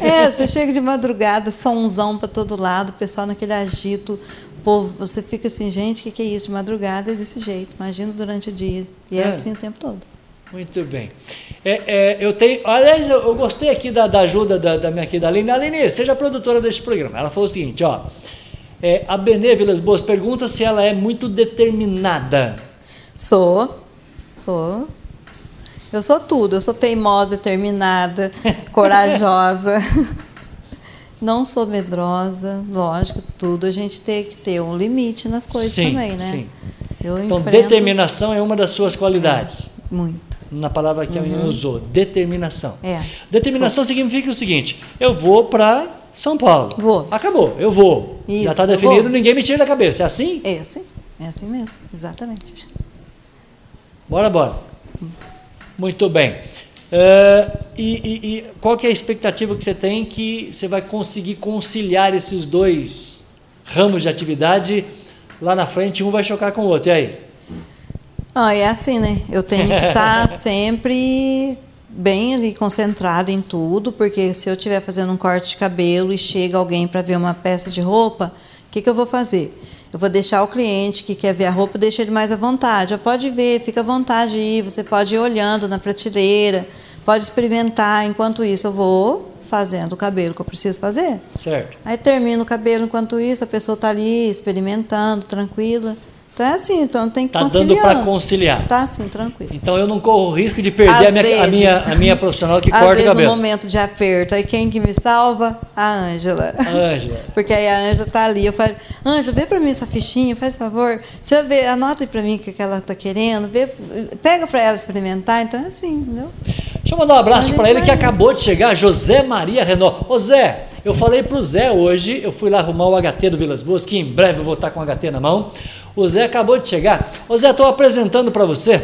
S2: É, você chega de madrugada, somzão pra todo lado, o pessoal naquele agito. O povo, você fica assim, gente, o que, que é isso? De madrugada é desse jeito. Imagina durante o dia. E é,
S1: É.
S2: assim o tempo todo.
S1: Muito bem. É, é, eu tenho. Aliás, eu, eu gostei aqui da, da ajuda da, da minha querida Aline. Aline, seja produtora deste programa. Ela falou o seguinte, ó. é, a Benê Vilas Boas pergunta se ela é muito determinada.
S2: Sou. Sou. Eu sou tudo. Eu sou teimosa, determinada, corajosa. Não sou medrosa, lógico, tudo. A gente tem que ter um limite nas coisas
S1: Sim,
S2: também, né?
S1: sim.
S2: Eu
S1: Então,
S2: enfrento
S1: determinação é uma das suas qualidades.
S2: muito.
S1: Na palavra que a menina usou, determinação.
S2: Uhum. É.
S1: Determinação significa o seguinte: eu vou para São Paulo.
S2: Vou.
S1: Acabou, eu vou. Já
S2: Isso,
S1: está
S2: eu
S1: definido,
S2: vou.
S1: ninguém me tira da cabeça. É assim?
S2: É assim, é assim mesmo, exatamente.
S1: Bora, bora. Muito bem. É, e, e- e qual que é a expectativa que você tem que você vai conseguir conciliar esses dois ramos de atividade? Lá na frente, um vai chocar com o outro. E aí?
S2: Ah, é assim, né? Eu tenho que estar sempre bem ali concentrada em tudo, porque se eu estiver fazendo um corte de cabelo e chega alguém para ver uma peça de roupa, o que, que eu vou fazer? Eu vou deixar o cliente que quer ver a roupa, deixa ele mais à vontade. Ó, Pode ver, fica à vontade aí, você pode ir olhando na prateleira, pode experimentar. Enquanto isso, eu vou fazendo o cabelo que eu preciso fazer.
S1: Certo.
S2: Aí termina o cabelo, enquanto isso a pessoa tá ali experimentando, tranquila. Então é assim, então tem que
S1: Tá
S2: conciliar.
S1: dando para conciliar.
S2: Tá assim, tranquilo.
S1: Então eu não corro o risco de perder
S2: Às
S1: a minha, a,
S2: vezes.
S1: minha, a minha profissional que
S2: Às
S1: corta o
S2: vezes no
S1: cabelo.
S2: momento de aperto, aí quem que me salva? A Ângela.
S1: Ângela.
S2: Porque aí a Ângela tá ali, eu falo, Ângela, vê pra mim essa fichinha, faz favor. Você vê, anota aí pra mim o que que ela tá querendo, vê, pega pra ela experimentar, então é assim, entendeu?
S1: Deixa eu mandar um abraço
S2: Olha,
S1: para ele que
S2: vai.
S1: acabou de chegar, José Maria Renault. Ô Zé, eu falei pro Zé hoje, eu fui lá arrumar o HT do Vilas Boas, que em breve eu vou estar com o HT na mão. O Zé acabou de chegar. Ô Zé, estou apresentando para você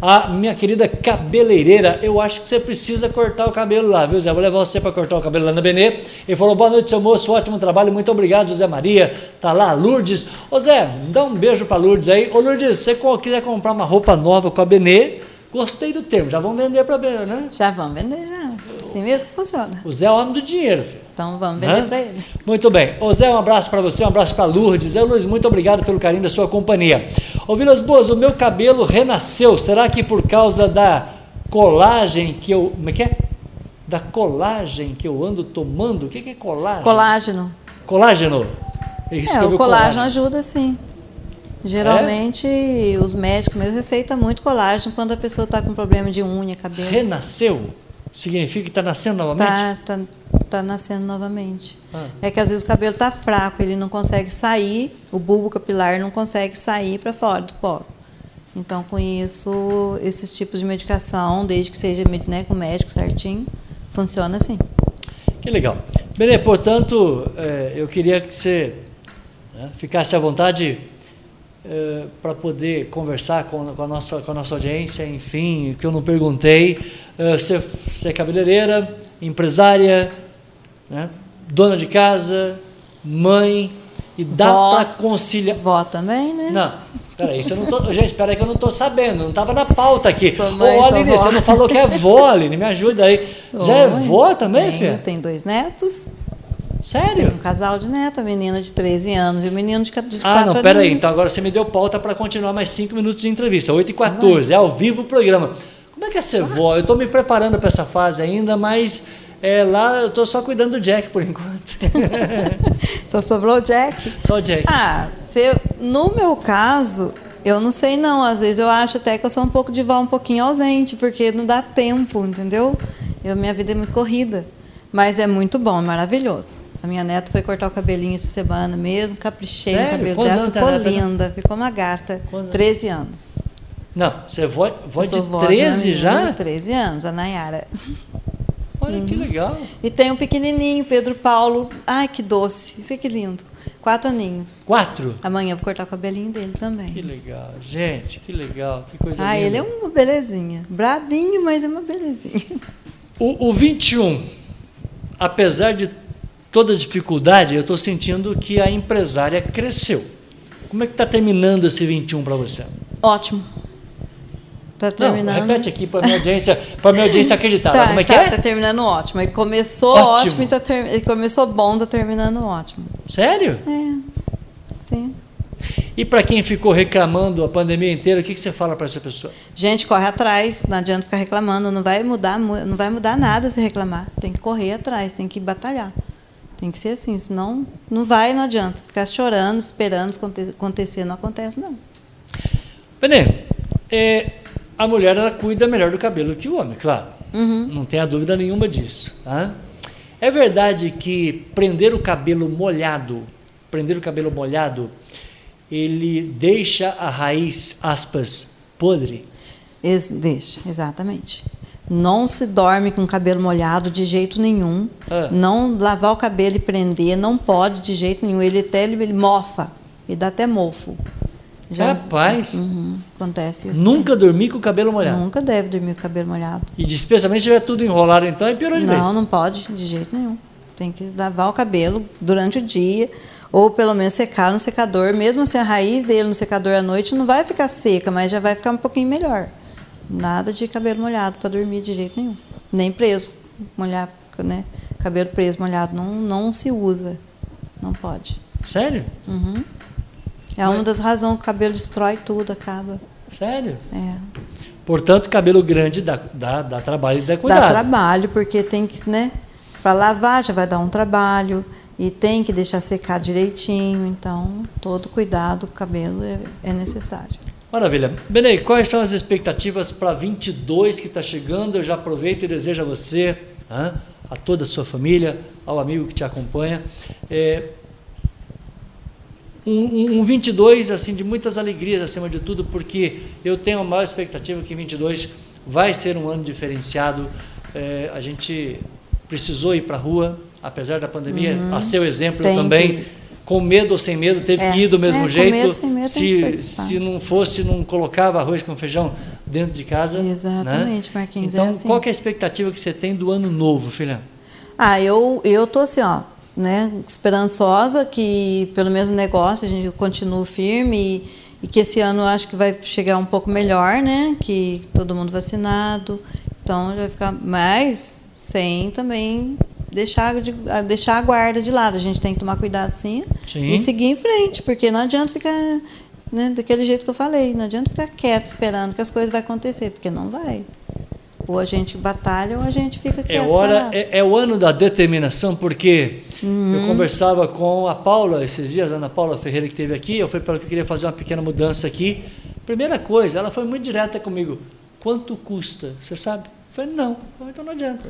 S1: a minha querida cabeleireira. Eu acho que você precisa cortar o cabelo lá, viu Zé? Vou levar você para cortar o cabelo lá na Benê. Ele falou, boa noite, seu moço, ótimo trabalho, muito obrigado, José Maria. Tá lá, a Lourdes. Ô Zé, dá um beijo para Lourdes aí. Ô Lourdes, se você quiser comprar uma roupa nova com a Benê, Gostei do termo, já vão vender para Benê, né?
S2: Já vamos vender, já. Assim mesmo que funciona.
S1: O Zé é o homem do dinheiro, filho.
S2: Então vamos vender
S1: Hã?
S2: pra ele.
S1: Muito bem. Ô Zé, um abraço para você, um abraço para Lourdes. Zé Luiz, muito obrigado pelo carinho da sua companhia. Ô Vilas Boas, o meu cabelo renasceu. Será que por causa da colagem que eu. Como é que é? Da colagem que eu ando tomando? O que, que é colagem?
S2: Colágeno.
S1: Colágeno. Ele
S2: É, o
S1: escreveu
S2: colágeno, ajuda sim. Geralmente os médicos mesmo receitam muito colágeno quando a pessoa está com problema de unha, cabelo.
S1: Renasceu? Significa que está nascendo novamente?
S2: Tá, tá, tá nascendo novamente.
S1: Ah.
S2: É que às vezes o cabelo tá fraco, ele não consegue sair, o bulbo capilar não consegue sair para fora do poro. Então, com isso, esses tipos de medicação, desde que seja né, com o médico certinho, funciona assim.
S1: Que legal. Benê, portanto, eh, eu queria que você né, ficasse à vontade para poder conversar com, com a nossa, com a nossa audiência, enfim, o que eu não perguntei. Eh, Você, você é cabeleireira, empresária, né, dona de casa, mãe, e dá
S2: Vó.
S1: para conciliar.
S2: É Vó também, né?
S1: Não, Peraí, isso eu não tô. Gente, peraí que eu não tô sabendo, não tava na pauta aqui.
S2: Sou mãe,
S1: Ô,
S2: sou
S1: Aline,
S2: vó.
S1: você não falou que é vó, Aline, me ajuda aí. Já é
S2: Oi,
S1: vó também,
S2: tenho,
S1: filha?
S2: Tenho dois netos, um
S1: Sério?
S2: casal de neto, a menina de 13 anos e o menino de 4 anos.
S1: Ah, não, peraí. Então agora você me deu pauta para continuar mais cinco minutos de entrevista. 8 e 14 é ao vivo o programa. Como é que é ser vó? Eu tô me preparando para essa fase ainda, mas é, lá eu tô só cuidando do Jack por enquanto.
S2: Só sobrou o Jack.
S1: só o Jack.
S2: Ah, se eu- no meu caso, eu não sei não. Às vezes eu acho até que eu sou um pouco de vó, um pouquinho ausente, porque não dá tempo, entendeu? Eu, minha vida é muito corrida. Mas é muito bom, é maravilhoso. A minha neta foi cortar o cabelinho essa semana mesmo, caprichei
S1: Sério?
S2: no cabelo
S1: Quantos
S2: dela,
S1: anos tem
S2: ficou
S1: a neta, né?
S2: linda, ficou uma gata.
S1: Quantos anos?
S2: 13 anos.
S1: Não, você é vó, vó
S2: Eu
S1: de
S2: sou vó de uma
S1: 13
S2: menina
S1: já?
S2: De 13 anos, a Nayara.
S1: Olha
S2: Uhum.
S1: que legal.
S2: E tem um pequenininho, Pedro Paulo. Ai, que doce. Isso é que lindo. Quatro aninhos.
S1: Quatro?
S2: Amanhã eu vou cortar o cabelinho dele também.
S1: Que legal, gente, que legal, que coisa
S2: Ah,
S1: linda.
S2: ele é uma belezinha. Bravinho, mas é uma belezinha.
S1: o, o 21, apesar de toda dificuldade, eu estou sentindo que a empresária cresceu. Como é que está terminando esse 21 para você?
S2: Ótimo. Tá terminando.
S1: Não, repete aqui para minha audiência, para minha audiência acreditar.
S2: Tá,
S1: Como é que
S2: tá,
S1: é?
S2: tá terminando ótimo. Ele começou
S1: Ótimo.
S2: ótimo, e tá ter- ele começou bom, tá terminando ótimo.
S1: Sério?
S2: É. Sim.
S1: E para quem ficou reclamando a pandemia inteira, o que, que você fala para essa pessoa?
S2: Gente, corre atrás, não adianta ficar reclamando, não vai mudar, mu- não vai mudar nada se reclamar. Tem que correr atrás, tem que batalhar. Tem que ser assim, senão não vai, não adianta. Ficar chorando, esperando aconte- acontecer, não acontece não.
S1: Benê, é, a mulher ela cuida melhor do cabelo que o homem, claro.
S2: Uhum.
S1: Não tenha dúvida nenhuma disso. tá? É verdade que prender o cabelo molhado, prender o cabelo molhado, ele deixa a raiz, aspas, podre.
S2: Ex- deixa, exatamente. Não se dorme com o cabelo molhado de jeito nenhum.
S1: Ah.
S2: Não lavar o cabelo e prender, não pode de jeito nenhum. Ele até ele, ele mofa, ele dá até mofo.
S1: Rapaz.
S2: Uhum, acontece isso.
S1: É, Nunca dormir com o cabelo molhado.
S2: Nunca deve dormir com o cabelo molhado.
S1: E especialmente se tiver tudo enrolado, então é pior ainda.
S2: Não, não pode de jeito nenhum. Tem que lavar o cabelo durante o dia ou pelo menos secar no secador. Mesmo assim, a raiz dele no secador à noite não vai ficar seca, mas já vai ficar um pouquinho melhor. Nada de cabelo molhado para dormir de jeito nenhum. Nem preso, molhar, né? Cabelo preso, molhado, não, não se usa. Não pode.
S1: Sério?
S2: Uhum. É uma das razões que o cabelo destrói tudo, acaba.
S1: Sério?
S2: É.
S1: Portanto, cabelo grande dá, dá, dá trabalho e dá cuidado.
S2: Dá trabalho, porque tem que, né? Para lavar já vai dar um trabalho e tem que deixar secar direitinho, então todo cuidado com o cabelo é, é necessário.
S1: Maravilha. Benei, quais são as expectativas para 22 que está chegando? Eu já aproveito e desejo a você, hã, a toda a sua família, ao amigo que te acompanha, é, um, um- um 22 assim de muitas alegrias acima de tudo, porque eu tenho a maior expectativa que 22 vai ser um ano diferenciado. É, a gente precisou ir para a rua, apesar da pandemia,
S2: Uhum.
S1: a seu exemplo
S2: Tem
S1: também.
S2: que-
S1: Com medo ou sem medo, teve
S2: É.
S1: que ir do mesmo
S2: É, com
S1: jeito.
S2: medo, sem medo, tem que
S1: se,
S2: participar.
S1: se não fosse, não colocava arroz com feijão dentro de casa. né?
S2: Exatamente, Marquinhos, é
S1: Então,
S2: assim.
S1: qual que é a expectativa que você tem do ano novo, filha?
S2: Ah, eu, eu tô assim, ó, né, esperançosa que pelo menos o negócio a gente continue firme e, e que esse ano eu acho que vai chegar um pouco melhor, né, que todo mundo vacinado, então já vai ficar mais sem também deixar, de, a- deixar a guarda de lado, a gente tem que tomar cuidado sim,
S1: Sim.
S2: e seguir em frente, porque não adianta ficar né, daquele jeito que eu falei, não adianta ficar quieto esperando que as coisas vão acontecer, porque não vai. Ou a gente batalha ou a gente fica
S1: É,
S2: quieto.
S1: hora,
S2: parado.
S1: é, é o ano da determinação, porque
S2: Uhum.
S1: eu conversava com a Paula esses dias, a Ana Paula Ferreira que esteve aqui, eu falei para ela que eu queria fazer uma pequena mudança aqui. Primeira coisa, ela foi muito direta comigo. Quanto custa? Você sabe? Eu falei, não, Eu falei, então não adianta.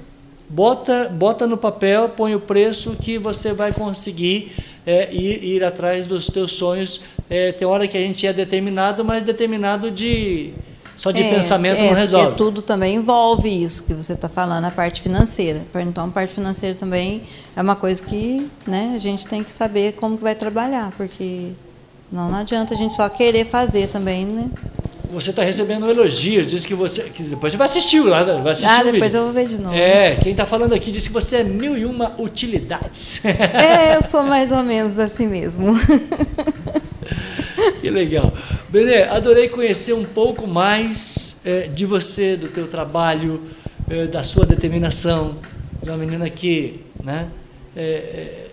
S1: Bota, bota no papel, põe o preço que você vai conseguir é, ir, ir atrás dos teus sonhos. É, tem hora que a gente é determinado, mas determinado de só de
S2: É,
S1: pensamento
S2: é,
S1: não
S2: porque
S1: resolve.
S2: tudo também envolve isso que você está falando, a parte financeira. Então, a parte financeira também é uma coisa que né, a gente tem que saber como que vai trabalhar, porque não adianta a gente só querer fazer também, né?
S1: Você está recebendo elogios, diz que você. Que depois você vai assistir lá, né? vai assistir
S2: ah,
S1: o vídeo.
S2: depois eu vou ver de novo.
S1: É, quem está falando aqui diz que você é mil e uma utilidades.
S2: É, eu sou mais ou menos assim mesmo.
S1: que legal. Benê, adorei conhecer um pouco mais eh, de você, do teu trabalho, eh, da sua determinação. De uma menina que, né? eh, eh,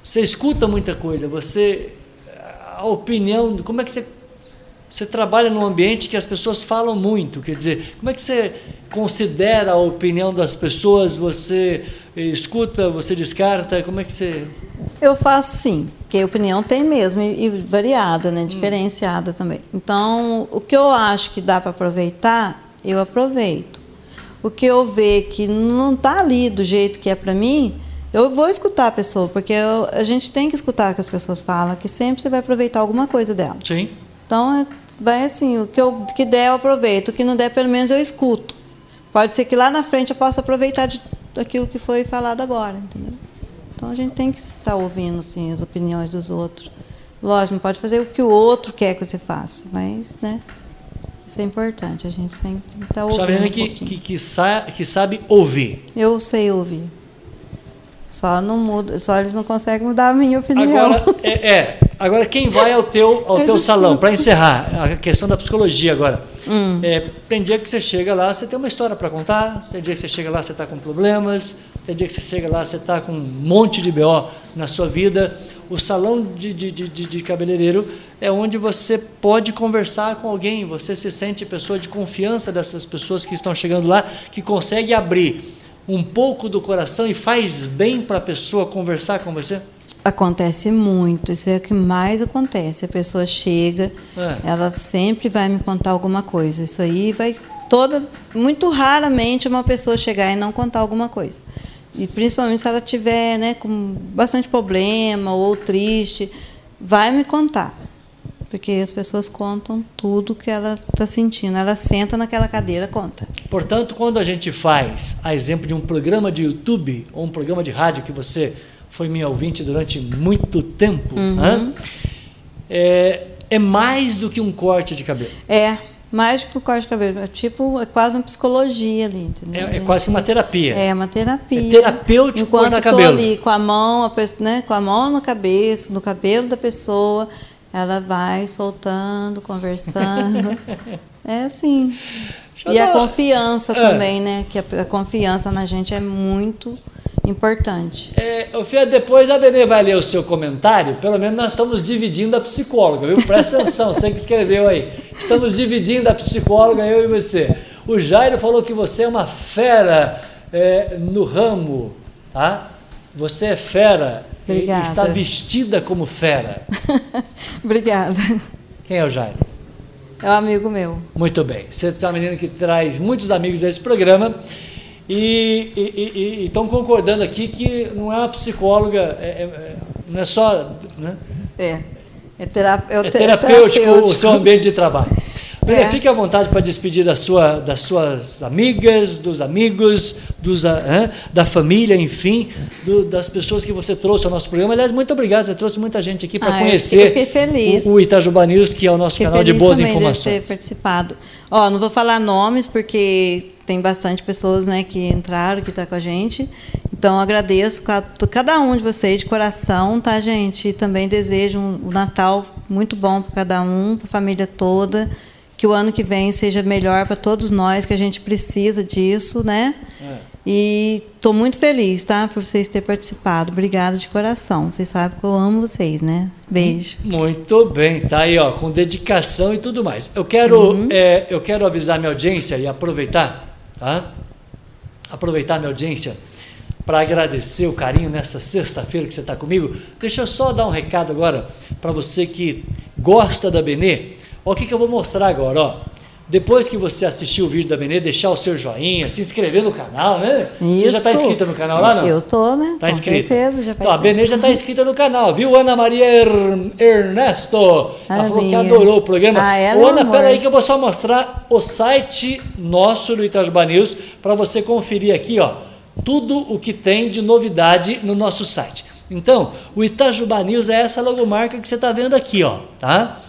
S1: você escuta muita coisa. Você, a opinião, como é que você você trabalha num ambiente que as pessoas falam muito, quer dizer, como é que você considera a opinião das pessoas? Você eh, escuta, você descarta? Como é que você.
S2: Eu faço sim, porque a opinião tem mesmo, e, e variada, né? Diferenciada também. Então, o que eu acho que dá para aproveitar, eu aproveito. O que eu ver que não tá ali do jeito que é para mim, eu vou escutar a pessoa, porque eu- a gente tem que escutar o que as pessoas falam, que sempre você vai aproveitar alguma coisa dela.
S1: Sim.
S2: Então, é- vai assim, o que, eu, que der eu aproveito, o que não der pelo menos eu escuto. Pode ser que lá na frente eu possa aproveitar de, daquilo que foi falado agora, entendeu? Então a gente tem que estar ouvindo assim, as opiniões dos outros. Lógico, não pode fazer o que o outro quer que você faça, mas né, isso é importante, a gente tem que estar
S1: Só
S2: ouvindo.
S1: uma menina
S2: Um
S1: né, que,
S2: pouquinho.
S1: que, que, sa, que sabe ouvir.
S2: Eu sei ouvir. Só não muda, só eles não conseguem mudar a minha opinião.
S1: Agora, é, é, agora quem vai ao teu, ao
S2: Eu assim.
S1: teu
S2: já
S1: salão,
S2: escuto.
S1: para encerrar, a questão da psicologia agora.
S2: Hum.
S1: É, tem dia que você chega lá, você tem uma história para contar, tem dia que você chega lá, você está com problemas, tem dia que você chega lá, você está com um monte de BO na sua vida. O salão de, de, de, de- de cabeleireiro é onde você pode conversar com alguém, você se sente pessoa de confiança dessas pessoas que estão chegando lá, que consegue abrir um pouco do coração e faz bem para a pessoa conversar com você?
S2: Acontece muito, isso é o que mais acontece. A pessoa chega,
S1: É.
S2: ela sempre vai me contar alguma coisa. Isso aí vai toda muito raramente uma pessoa chegar e não contar alguma coisa. E principalmente se ela tiver, né, com bastante problema ou triste, vai me contar. Porque as pessoas contam tudo que ela está sentindo. Ela senta naquela cadeira, conta.
S1: Portanto, quando a gente faz, a exemplo de um programa de YouTube ou um programa de rádio que você foi minha ouvinte durante muito tempo, hã? É, é mais do que um corte de cabelo.
S2: É, mais do que o corte de cabelo, é tipo, é quase uma psicologia ali,
S1: É,
S2: entendeu?
S1: é quase que uma terapia.
S2: É uma terapia.
S1: É terapêutico
S2: Enquanto
S1: cortar
S2: tô
S1: cabelo.
S2: ali com a mão, a pessoa, né, com a mão na cabeça, no cabelo da pessoa, ela vai soltando, conversando. é assim.
S1: Deixa eu
S2: E a
S1: dar-
S2: confiança
S1: É.
S2: também, né? Que a, a confiança na gente é muito importante.
S1: É, Ofia, depois a Benê vai ler o seu comentário. Pelo menos nós estamos dividindo a psicóloga, viu? Presta atenção, você que escreveu aí. Estamos dividindo a psicóloga, eu e você. O Jairo falou que você é uma fera é, no ramo, tá? Você é fera e
S2: Obrigada.
S1: está vestida como fera.
S2: Obrigada.
S1: Quem é o Jairo?
S2: É um amigo meu.
S1: Muito bem. Você é uma menina que traz muitos amigos a esse programa e e- e- e estão concordando aqui que não é uma psicóloga, é- é- é- não é só. Né?
S2: É. É, terap
S1: É terapêutico o seu ambiente de trabalho. Brenda,
S2: É.
S1: fique à vontade para despedir da sua, das suas amigas, dos amigos, dos, ah, hã? da família, enfim, do- das pessoas que você trouxe ao nosso programa. Aliás, muito obrigado, você trouxe muita gente aqui para
S2: Ah, eu
S1: conhecer
S2: fiquei feliz.
S1: o, o Itajubá News, que é o nosso
S2: Fiquei
S1: canal de
S2: feliz
S1: boas
S2: também de
S1: informações.
S2: ter participado. Ó, não vou falar nomes porque tem bastante pessoas, né, que entraram, que tá com a gente. Então agradeço ca- to- cada um de vocês de coração, tá, gente? E também desejo um um Natal muito bom para cada um, para a família toda. Que o ano que vem seja melhor para todos nós, que a gente precisa disso, né?
S1: É.
S2: E estou muito feliz, tá? Por vocês terem participado. Obrigada de coração. Vocês sabem que eu amo vocês, né? Beijo.
S1: Muito bem, tá aí, ó, com dedicação e tudo mais. Eu quero,
S2: Uhum.
S1: é, eu quero avisar minha audiência e aproveitar, tá? Aproveitar minha audiência para agradecer o carinho nessa sexta-feira que você está comigo. Deixa eu só dar um recado agora para você que gosta da Benê. Ó, O que, que eu vou mostrar agora, ó? Depois que você assistir o vídeo da Benê, deixar o seu joinha, se inscrever no canal, né? Você já está
S2: Isso.
S1: inscrita no canal lá, não?
S2: Eu tô, né?
S1: Tá
S2: Com
S1: inscrito.
S2: certeza, já
S1: então, a
S2: faz tempo.
S1: Benê já está inscrita no canal, viu? Ana Maria Er- Ernesto. Ela
S2: Ah,
S1: falou que
S2: minha.
S1: adorou o programa.
S2: Ah, ela
S1: Ô,
S2: é um
S1: Ana,
S2: amor.
S1: peraí que eu vou só mostrar o site nosso do Itajubá News para você conferir aqui, ó, tudo o que tem de novidade no nosso site. Então, o Itajubá News é essa logomarca que você está vendo aqui, ó, tá?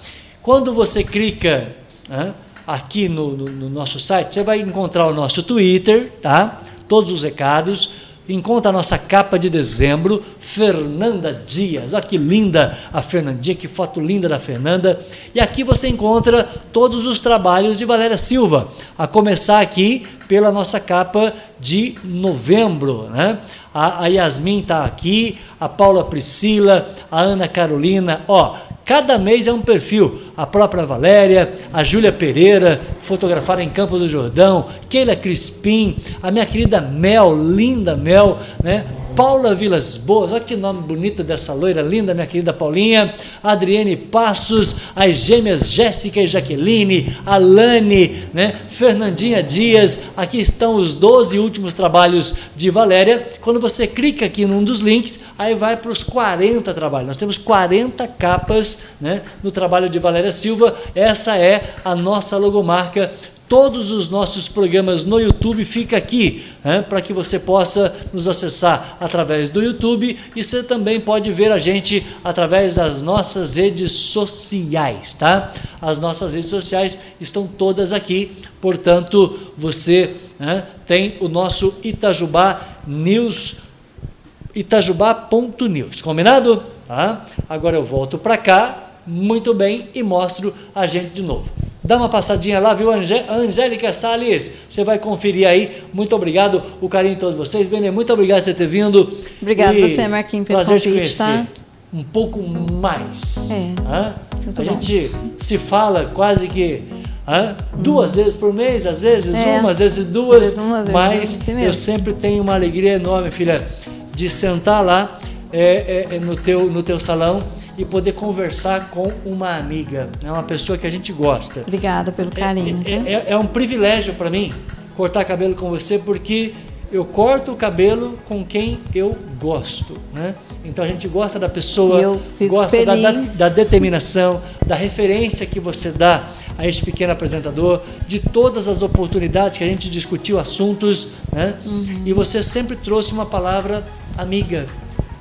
S1: Quando você clica né, aqui no, no- no nosso site, você vai encontrar o nosso Twitter, tá? Todos os recados, encontra a nossa capa de dezembro, Fernanda Dias. Olha que linda a Fernandinha, que foto linda da Fernanda. E aqui você encontra todos os trabalhos de Valéria Silva, a começar aqui pela nossa capa de novembro. Né? A, a Yasmin está aqui, a Paula Priscila, a Ana Carolina. Ó, cada mês é um perfil. A própria Valéria, a Júlia Pereira, fotografada em Campos do Jordão, Keila Crispim, a minha querida Mel, linda Mel, né? Paula Vilas Boas, olha que nome bonito dessa loira linda, minha querida Paulinha, Adriane Passos, as gêmeas Jéssica e Jaqueline, Alane, né, Fernandinha Dias, aqui estão os 12 últimos trabalhos de Valéria. Quando você clica aqui num dos links, aí vai para os 40 trabalhos. Nós temos 40 capas né, no trabalho de Valéria Silva, essa é a nossa logomarca todos os nossos programas no YouTube fica aqui, né, para que você possa nos acessar através do YouTube e você também pode ver a gente através das nossas redes sociais, tá? As nossas redes sociais estão todas aqui, portanto, você né, tem o nosso Itajubá News, itajubá.news, combinado? Tá? Agora eu volto para cá, muito bem, e mostro a gente de novo. Dá uma passadinha lá, viu, Angé Angélica Salles? Você vai conferir aí. Muito obrigado, o carinho de todos vocês. Benê, muito obrigado por você ter vindo.
S2: Obrigado você, Marquinhos, pelo
S1: prazer te
S2: convite, tá?
S1: conhecer Um pouco mais.
S2: É,
S1: Hã?
S2: muito
S1: A
S2: bom.
S1: gente se fala quase que hã? duas vezes por mês, às vezes
S2: Hum. É.
S1: uma, às vezes duas.
S2: Às vezes uma, às vezes
S1: mas
S2: duas, assim
S1: eu
S2: mesmo.
S1: sempre tenho uma alegria enorme, filha, de sentar lá é, é, é, no, teu, no teu salão e poder conversar com uma amiga, né? uma pessoa que a gente gosta.
S2: Obrigada pelo carinho.
S1: É-
S2: viu?
S1: É, é um privilégio para mim cortar cabelo com você porque eu corto o cabelo com quem eu gosto, né? Então a gente gosta da pessoa,
S2: E eu fico
S1: gosta da, da-
S2: feliz.
S1: da determinação, da referência que você dá a este pequeno apresentador, de todas as oportunidades que a gente discutiu assuntos, né?
S2: Uhum.
S1: E você sempre trouxe uma palavra amiga,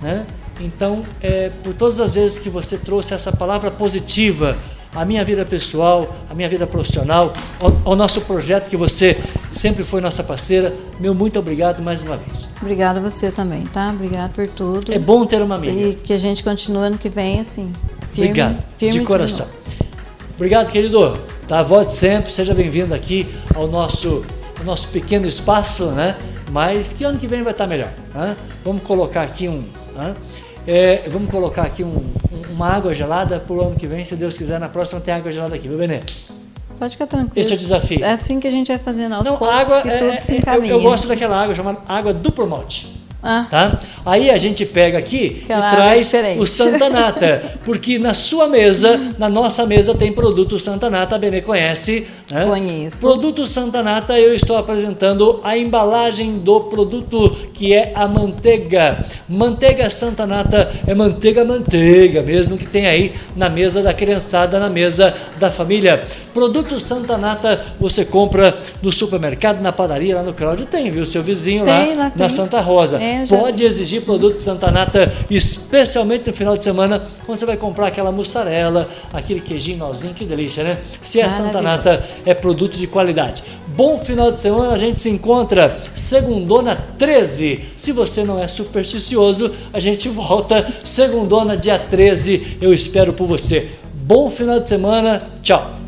S1: né? Então, é, por todas as vezes que você trouxe essa palavra positiva à minha vida pessoal, à minha vida profissional, ao, ao nosso projeto que você sempre foi nossa parceira, meu muito obrigado mais uma vez.
S2: Obrigada você também, tá? Obrigada por tudo.
S1: É bom ter uma amiga.
S2: E que a gente continue ano que vem, assim, firme.
S1: Obrigado,
S2: firme
S1: de coração. Obrigado, querido. Tá, volte sempre, seja bem-vindo aqui ao nosso, ao nosso pequeno espaço, né? Mas que ano que vem vai estar melhor. né? Vamos colocar aqui um. né? É, vamos colocar aqui um- um- uma água gelada para o ano que vem, se Deus quiser, na próxima tem água gelada aqui, meu Benê.
S2: Pode ficar tranquilo.
S1: Esse é o desafio.
S2: É assim que a gente vai fazendo aos
S1: Não,
S2: poucos,
S1: água
S2: que
S1: é-
S2: tudo
S1: é-
S2: se
S1: eu-
S2: encaminha.
S1: eu, gosto daquela água chamada água duplo malte.
S2: Ah,
S1: Tá? Aí a gente pega aqui
S2: Aquela
S1: e
S2: água
S1: traz
S2: diferente.
S1: o Santanata, porque na sua mesa, na nossa mesa tem produto Santanata, a Benê conhece. Né?
S2: Conheço.
S1: Produto Santanata, eu estou apresentando a embalagem do produto, que é a manteiga. Manteiga Santanata é manteiga, manteiga mesmo, que tem aí na mesa da criançada, na mesa da família. Produto Santanata, você compra no supermercado, na padaria, lá no Claudio, tem, viu? Seu vizinho
S2: Tem,
S1: lá
S2: lá
S1: na
S2: tem.
S1: Santa Rosa.
S2: É, eu já
S1: Pode exigir produto Santa Nata, especialmente no final de semana, quando você vai comprar aquela mussarela, aquele queijinho nozinho, que delícia, né? Se é Santa Nata,
S2: Maravilhoso.
S1: é produto de qualidade. Bom final de semana, a gente se encontra segundona 13. Se você não é supersticioso, a gente volta segundona dia 13. Eu espero por você. Bom final de semana, tchau.